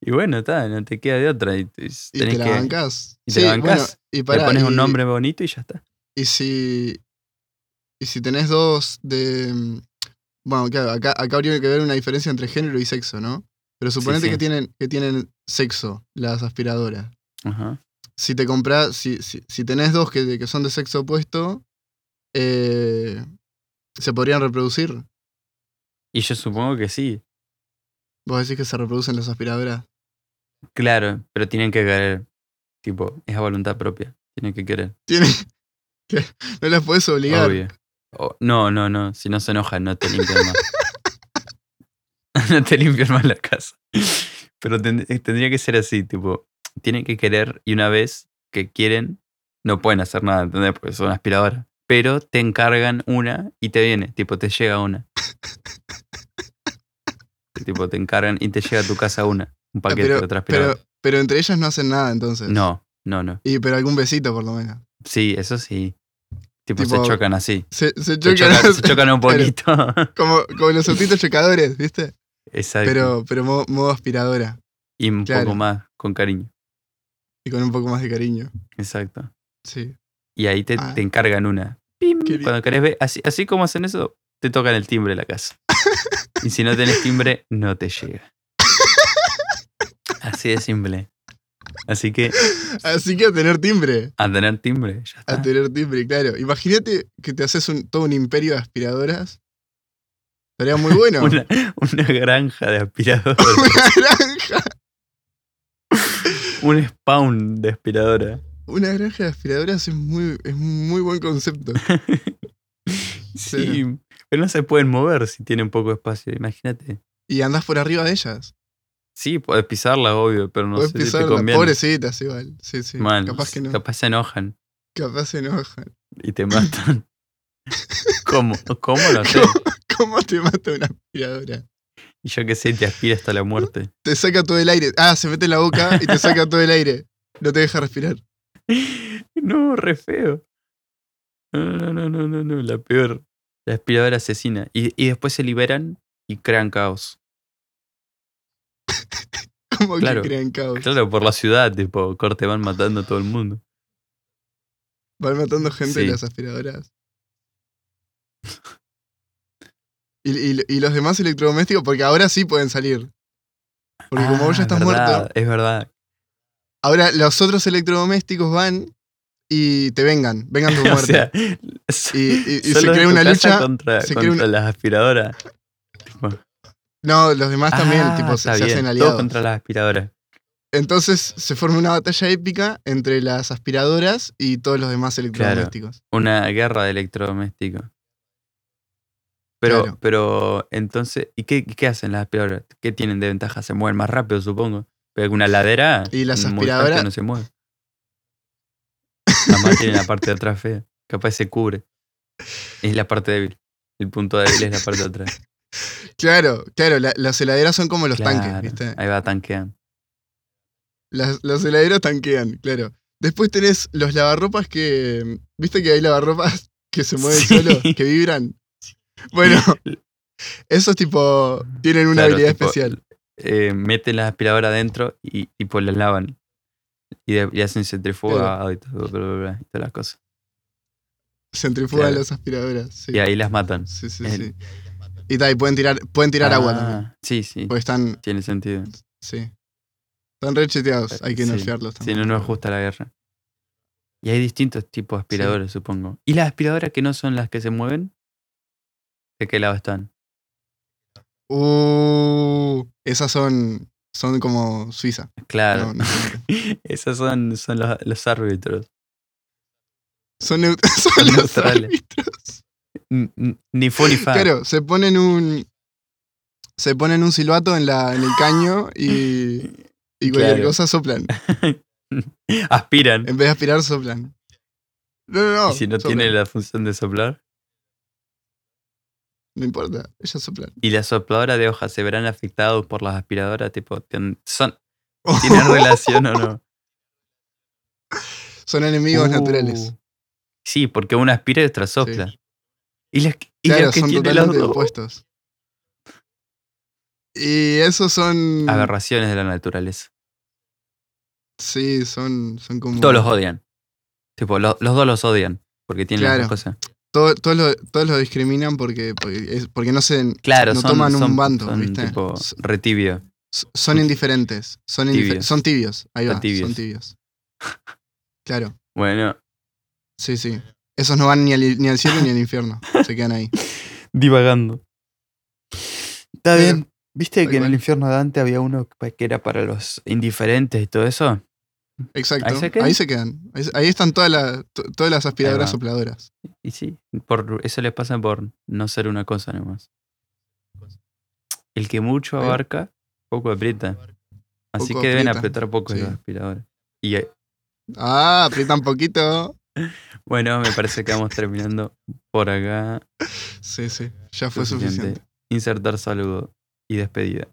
[SPEAKER 1] Y bueno, está, no te queda de otra. Y, y
[SPEAKER 2] Y
[SPEAKER 1] tenés
[SPEAKER 2] te la
[SPEAKER 1] que,
[SPEAKER 2] bancás.
[SPEAKER 1] y te la bancás,
[SPEAKER 2] y
[SPEAKER 1] le
[SPEAKER 2] pará,
[SPEAKER 1] pones
[SPEAKER 2] y-
[SPEAKER 1] un nombre bonito y ya está.
[SPEAKER 2] Y si. Y si tenés dos de. mm, Bueno, claro, acá, acá habría que ver una diferencia entre género y sexo, ¿no? Pero suponete
[SPEAKER 1] sí.
[SPEAKER 2] Que, tienen, que tienen sexo las aspiradoras.
[SPEAKER 1] Ajá.
[SPEAKER 2] Si te compras. Si, si, si tenés dos que, que son de sexo opuesto, eh, ¿se podrían reproducir?
[SPEAKER 1] Y yo supongo que sí,
[SPEAKER 2] ¿Vos decís que se reproducen las aspiradoras?
[SPEAKER 1] claro, pero tienen que querer. Tipo, es a voluntad propia. Tienen que querer.
[SPEAKER 2] Tiene- que- no las podés obligar.
[SPEAKER 1] Obvio. O- no, no, no. Si no se enojan, no te limpian más. no te limpian más la casa. Pero ten- eh, tendría que ser así, tipo, tienen que querer y una vez que quieren, no pueden hacer nada, ¿entendés? Porque son aspiradoras. Pero te encargan una y te viene, tipo, te llega una. tipo, te encargan y te llega a tu casa una. Un paquete
[SPEAKER 2] Ah, pero-
[SPEAKER 1] de otra
[SPEAKER 2] Pero,
[SPEAKER 1] aspiradora.
[SPEAKER 2] pero entre ellas no hacen nada entonces.
[SPEAKER 1] no, no, no.
[SPEAKER 2] Y pero algún besito por lo menos.
[SPEAKER 1] Sí, eso sí. Tipo, se
[SPEAKER 2] Tipo,
[SPEAKER 1] chocan así.
[SPEAKER 2] Se, se
[SPEAKER 1] Se
[SPEAKER 2] chocan,
[SPEAKER 1] chocan, se chocan un
[SPEAKER 2] Claro.
[SPEAKER 1] poquito.
[SPEAKER 2] como, como los autitos chocadores, ¿viste?
[SPEAKER 1] Exacto.
[SPEAKER 2] Pero, pero mo- modo, aspiradora
[SPEAKER 1] y un
[SPEAKER 2] claro.
[SPEAKER 1] poco más, con cariño.
[SPEAKER 2] y con un poco más de cariño.
[SPEAKER 1] Exacto.
[SPEAKER 2] Sí.
[SPEAKER 1] Y ahí te,
[SPEAKER 2] Ah.
[SPEAKER 1] te encargan una. Pim.
[SPEAKER 2] Qué bien.
[SPEAKER 1] Cuando querés ver, así, así como hacen eso, te tocan el timbre de la casa. y si no tenés timbre, no te llega. Así de simple. Así que
[SPEAKER 2] Así que a tener timbre.
[SPEAKER 1] a tener timbre, ya
[SPEAKER 2] A
[SPEAKER 1] está.
[SPEAKER 2] tener timbre, claro. Imagínate que te haces un, todo un imperio de aspiradoras. Estaría muy bueno. Una
[SPEAKER 1] Una, una granja de aspiradora.
[SPEAKER 2] granja.
[SPEAKER 1] un spawn de aspiradora.
[SPEAKER 2] Una granja de aspiradoras es muy, es un muy buen concepto.
[SPEAKER 1] Sí. Pero no se pueden mover si tienen poco espacio, imagínate.
[SPEAKER 2] Y andás por arriba de ellas.
[SPEAKER 1] Sí, puedes pisarla, obvio, pero no
[SPEAKER 2] Podés
[SPEAKER 1] sé si te
[SPEAKER 2] pisarlas.
[SPEAKER 1] conviene.
[SPEAKER 2] Pobrecitas igual. Sí, sí.
[SPEAKER 1] Mal,
[SPEAKER 2] capaz que no.
[SPEAKER 1] se enojan
[SPEAKER 2] Capaz se enojan.
[SPEAKER 1] y te matan. ¿Cómo? ¿Cómo lo haces?
[SPEAKER 2] ¿Cómo te mata una aspiradora?
[SPEAKER 1] Y yo qué sé, te aspira hasta la muerte.
[SPEAKER 2] Te saca todo el aire. Ah, se mete en la boca y te saca todo el aire. No te deja respirar.
[SPEAKER 1] No, re feo. No, no, no, no, no, no, la peor. La aspiradora asesina. Y, y después se liberan y crean caos.
[SPEAKER 2] Como
[SPEAKER 1] Claro.
[SPEAKER 2] que crean caos.
[SPEAKER 1] Claro, por la ciudad, tipo, corte, van matando a todo el mundo.
[SPEAKER 2] Van matando gente
[SPEAKER 1] Sí.
[SPEAKER 2] en las aspiradoras. Y, y- y los demás electrodomésticos, porque ahora sí pueden salir. Porque como vos ya
[SPEAKER 1] Ah,
[SPEAKER 2] estás
[SPEAKER 1] verdad,
[SPEAKER 2] muerto,
[SPEAKER 1] Es verdad.
[SPEAKER 2] ahora los otros electrodomésticos van y te vengan, vengan tu
[SPEAKER 1] O
[SPEAKER 2] muerte.
[SPEAKER 1] sea,
[SPEAKER 2] y y- y se
[SPEAKER 1] solo
[SPEAKER 2] crea
[SPEAKER 1] en tu
[SPEAKER 2] una
[SPEAKER 1] casa
[SPEAKER 2] lucha.
[SPEAKER 1] contra,
[SPEAKER 2] se crea
[SPEAKER 1] contra las aspiradoras. Tipo,
[SPEAKER 2] No, los demás también,
[SPEAKER 1] ah,
[SPEAKER 2] tipo, se,
[SPEAKER 1] está
[SPEAKER 2] se
[SPEAKER 1] bien,
[SPEAKER 2] hacen
[SPEAKER 1] todo
[SPEAKER 2] aliados.
[SPEAKER 1] contra las aspiradoras.
[SPEAKER 2] Entonces se forma una batalla épica entre las aspiradoras y todos los demás electrodomésticos.
[SPEAKER 1] Una guerra de electrodomésticos. Pero,
[SPEAKER 2] Claro.
[SPEAKER 1] pero, entonces, ¿y qué, qué hacen las aspiradoras? ¿Qué tienen de ventaja? Se mueven más rápido, supongo. Pero una ladera.
[SPEAKER 2] Y las
[SPEAKER 1] muy fácil
[SPEAKER 2] aspiradoras-
[SPEAKER 1] No se mueve. Además, tienen la parte de atrás fea. Capaz se cubre. Es la parte débil. El punto débil es la parte de atrás.
[SPEAKER 2] Claro, claro, la- las heladeras son como los tanques,
[SPEAKER 1] Claro,
[SPEAKER 2] ¿viste?
[SPEAKER 1] Ahí va, tanquean.
[SPEAKER 2] Las, las heladeras tanquean, claro. Después tenés los lavarropas que. ¿Viste que hay lavarropas que se mueven
[SPEAKER 1] Sí.
[SPEAKER 2] solos, que vibran? Bueno, esos tipo tienen una
[SPEAKER 1] Claro,
[SPEAKER 2] habilidad
[SPEAKER 1] tipo,
[SPEAKER 2] especial.
[SPEAKER 1] eh, meten la aspiradora adentro y, y pues las lavan. Y, de- y hacen centrifugado y todo, bla, bla, bla, y todas las cosas.
[SPEAKER 2] Centrifugan
[SPEAKER 1] claro.
[SPEAKER 2] las aspiradoras. Sí,
[SPEAKER 1] Y ahí las matan.
[SPEAKER 2] sí, sí.
[SPEAKER 1] el-
[SPEAKER 2] sí. Y, tal, y pueden tirar, pueden tirar agua
[SPEAKER 1] Ah,
[SPEAKER 2] también. Pues,
[SPEAKER 1] Sí, sí,
[SPEAKER 2] Porque están.
[SPEAKER 1] tiene sentido.
[SPEAKER 2] Sí. Están recheteados, hay que
[SPEAKER 1] Eh, Sí.
[SPEAKER 2] nerfearlos
[SPEAKER 1] Si
[SPEAKER 2] también.
[SPEAKER 1] no, no es justa la guerra. Y hay distintos tipos de aspiradoras, supongo. ¿Y las aspiradoras que no son las que se mueven? ¿De qué lado están?
[SPEAKER 2] Uh, esas son, son como Suiza.
[SPEAKER 1] Claro,
[SPEAKER 2] No, no son-
[SPEAKER 1] esos son, son los, los árbitros.
[SPEAKER 2] son neut- son los
[SPEAKER 1] neutrales.
[SPEAKER 2] árbitros.
[SPEAKER 1] N- n- Ni fu ni fa.
[SPEAKER 2] Claro, se ponen un. Se ponen un silbato en, la, en el caño y, y cualquier
[SPEAKER 1] Claro.
[SPEAKER 2] cosa soplan.
[SPEAKER 1] Aspiran.
[SPEAKER 2] En vez de aspirar, soplan. No, no, no.
[SPEAKER 1] y si no
[SPEAKER 2] soplan.
[SPEAKER 1] tiene la función de soplar,
[SPEAKER 2] No importa, ellas soplan.
[SPEAKER 1] Y las sopladoras de hojas se verán afectados por las aspiradoras, tipo, ¿tien- son, ¿tienen relación o no?
[SPEAKER 2] Son enemigos
[SPEAKER 1] Uh.
[SPEAKER 2] naturales.
[SPEAKER 1] Sí, porque una aspira y otra sopla. Y las, y
[SPEAKER 2] Claro,
[SPEAKER 1] las que
[SPEAKER 2] son
[SPEAKER 1] tienen las
[SPEAKER 2] totalmente
[SPEAKER 1] dos
[SPEAKER 2] opuestos. Y esos son.
[SPEAKER 1] aberraciones de la naturaleza.
[SPEAKER 2] Sí, son, son como.
[SPEAKER 1] Todos los odian. Tipo, lo- los dos los odian. Porque tienen las
[SPEAKER 2] Claro.
[SPEAKER 1] dos cosas.
[SPEAKER 2] Todo- todos, lo, todos lo discriminan porque, porque, es- porque no se.
[SPEAKER 1] Claro,
[SPEAKER 2] No
[SPEAKER 1] son,
[SPEAKER 2] toman un
[SPEAKER 1] son-
[SPEAKER 2] bando,
[SPEAKER 1] son,
[SPEAKER 2] ¿viste?
[SPEAKER 1] tipo
[SPEAKER 2] S-
[SPEAKER 1] retibio.
[SPEAKER 2] Son indiferentes. Son, indife-
[SPEAKER 1] Tibios.
[SPEAKER 2] son tibios. Ahí
[SPEAKER 1] Son
[SPEAKER 2] va.
[SPEAKER 1] tibios.
[SPEAKER 2] Son tibios. Claro,
[SPEAKER 1] Bueno,
[SPEAKER 2] sí, sí. Esos no van ni al, ni al cielo ni al infierno. Se quedan ahí.
[SPEAKER 1] divagando. Está
[SPEAKER 2] Pero,
[SPEAKER 1] bien. ¿Viste
[SPEAKER 2] tal
[SPEAKER 1] que en el
[SPEAKER 2] cual.
[SPEAKER 1] infierno de Dante había uno que era para los indiferentes y todo eso?
[SPEAKER 2] Exacto.
[SPEAKER 1] ¿Ahí
[SPEAKER 2] Ahí
[SPEAKER 1] se
[SPEAKER 2] se,
[SPEAKER 1] quedan?
[SPEAKER 2] quedan. Ahí, ahí están todas las, to- todas las aspiradoras
[SPEAKER 1] va.
[SPEAKER 2] sopladoras.
[SPEAKER 1] Y sí, por eso les pasa por no ser una cosa nomás. El que mucho
[SPEAKER 2] Ahí.
[SPEAKER 1] abarca, poco aprieta. Así
[SPEAKER 2] Poco
[SPEAKER 1] que deben
[SPEAKER 2] aprieta,
[SPEAKER 1] apretar poco
[SPEAKER 2] sí.
[SPEAKER 1] los aspiradores. Y eh,
[SPEAKER 2] Ah, aprietan poquito.
[SPEAKER 1] bueno, me parece que vamos terminando por acá.
[SPEAKER 2] Sí, sí. Ya fue
[SPEAKER 1] Suficiente.
[SPEAKER 2] suficiente.
[SPEAKER 1] Insertar saludo y despedida.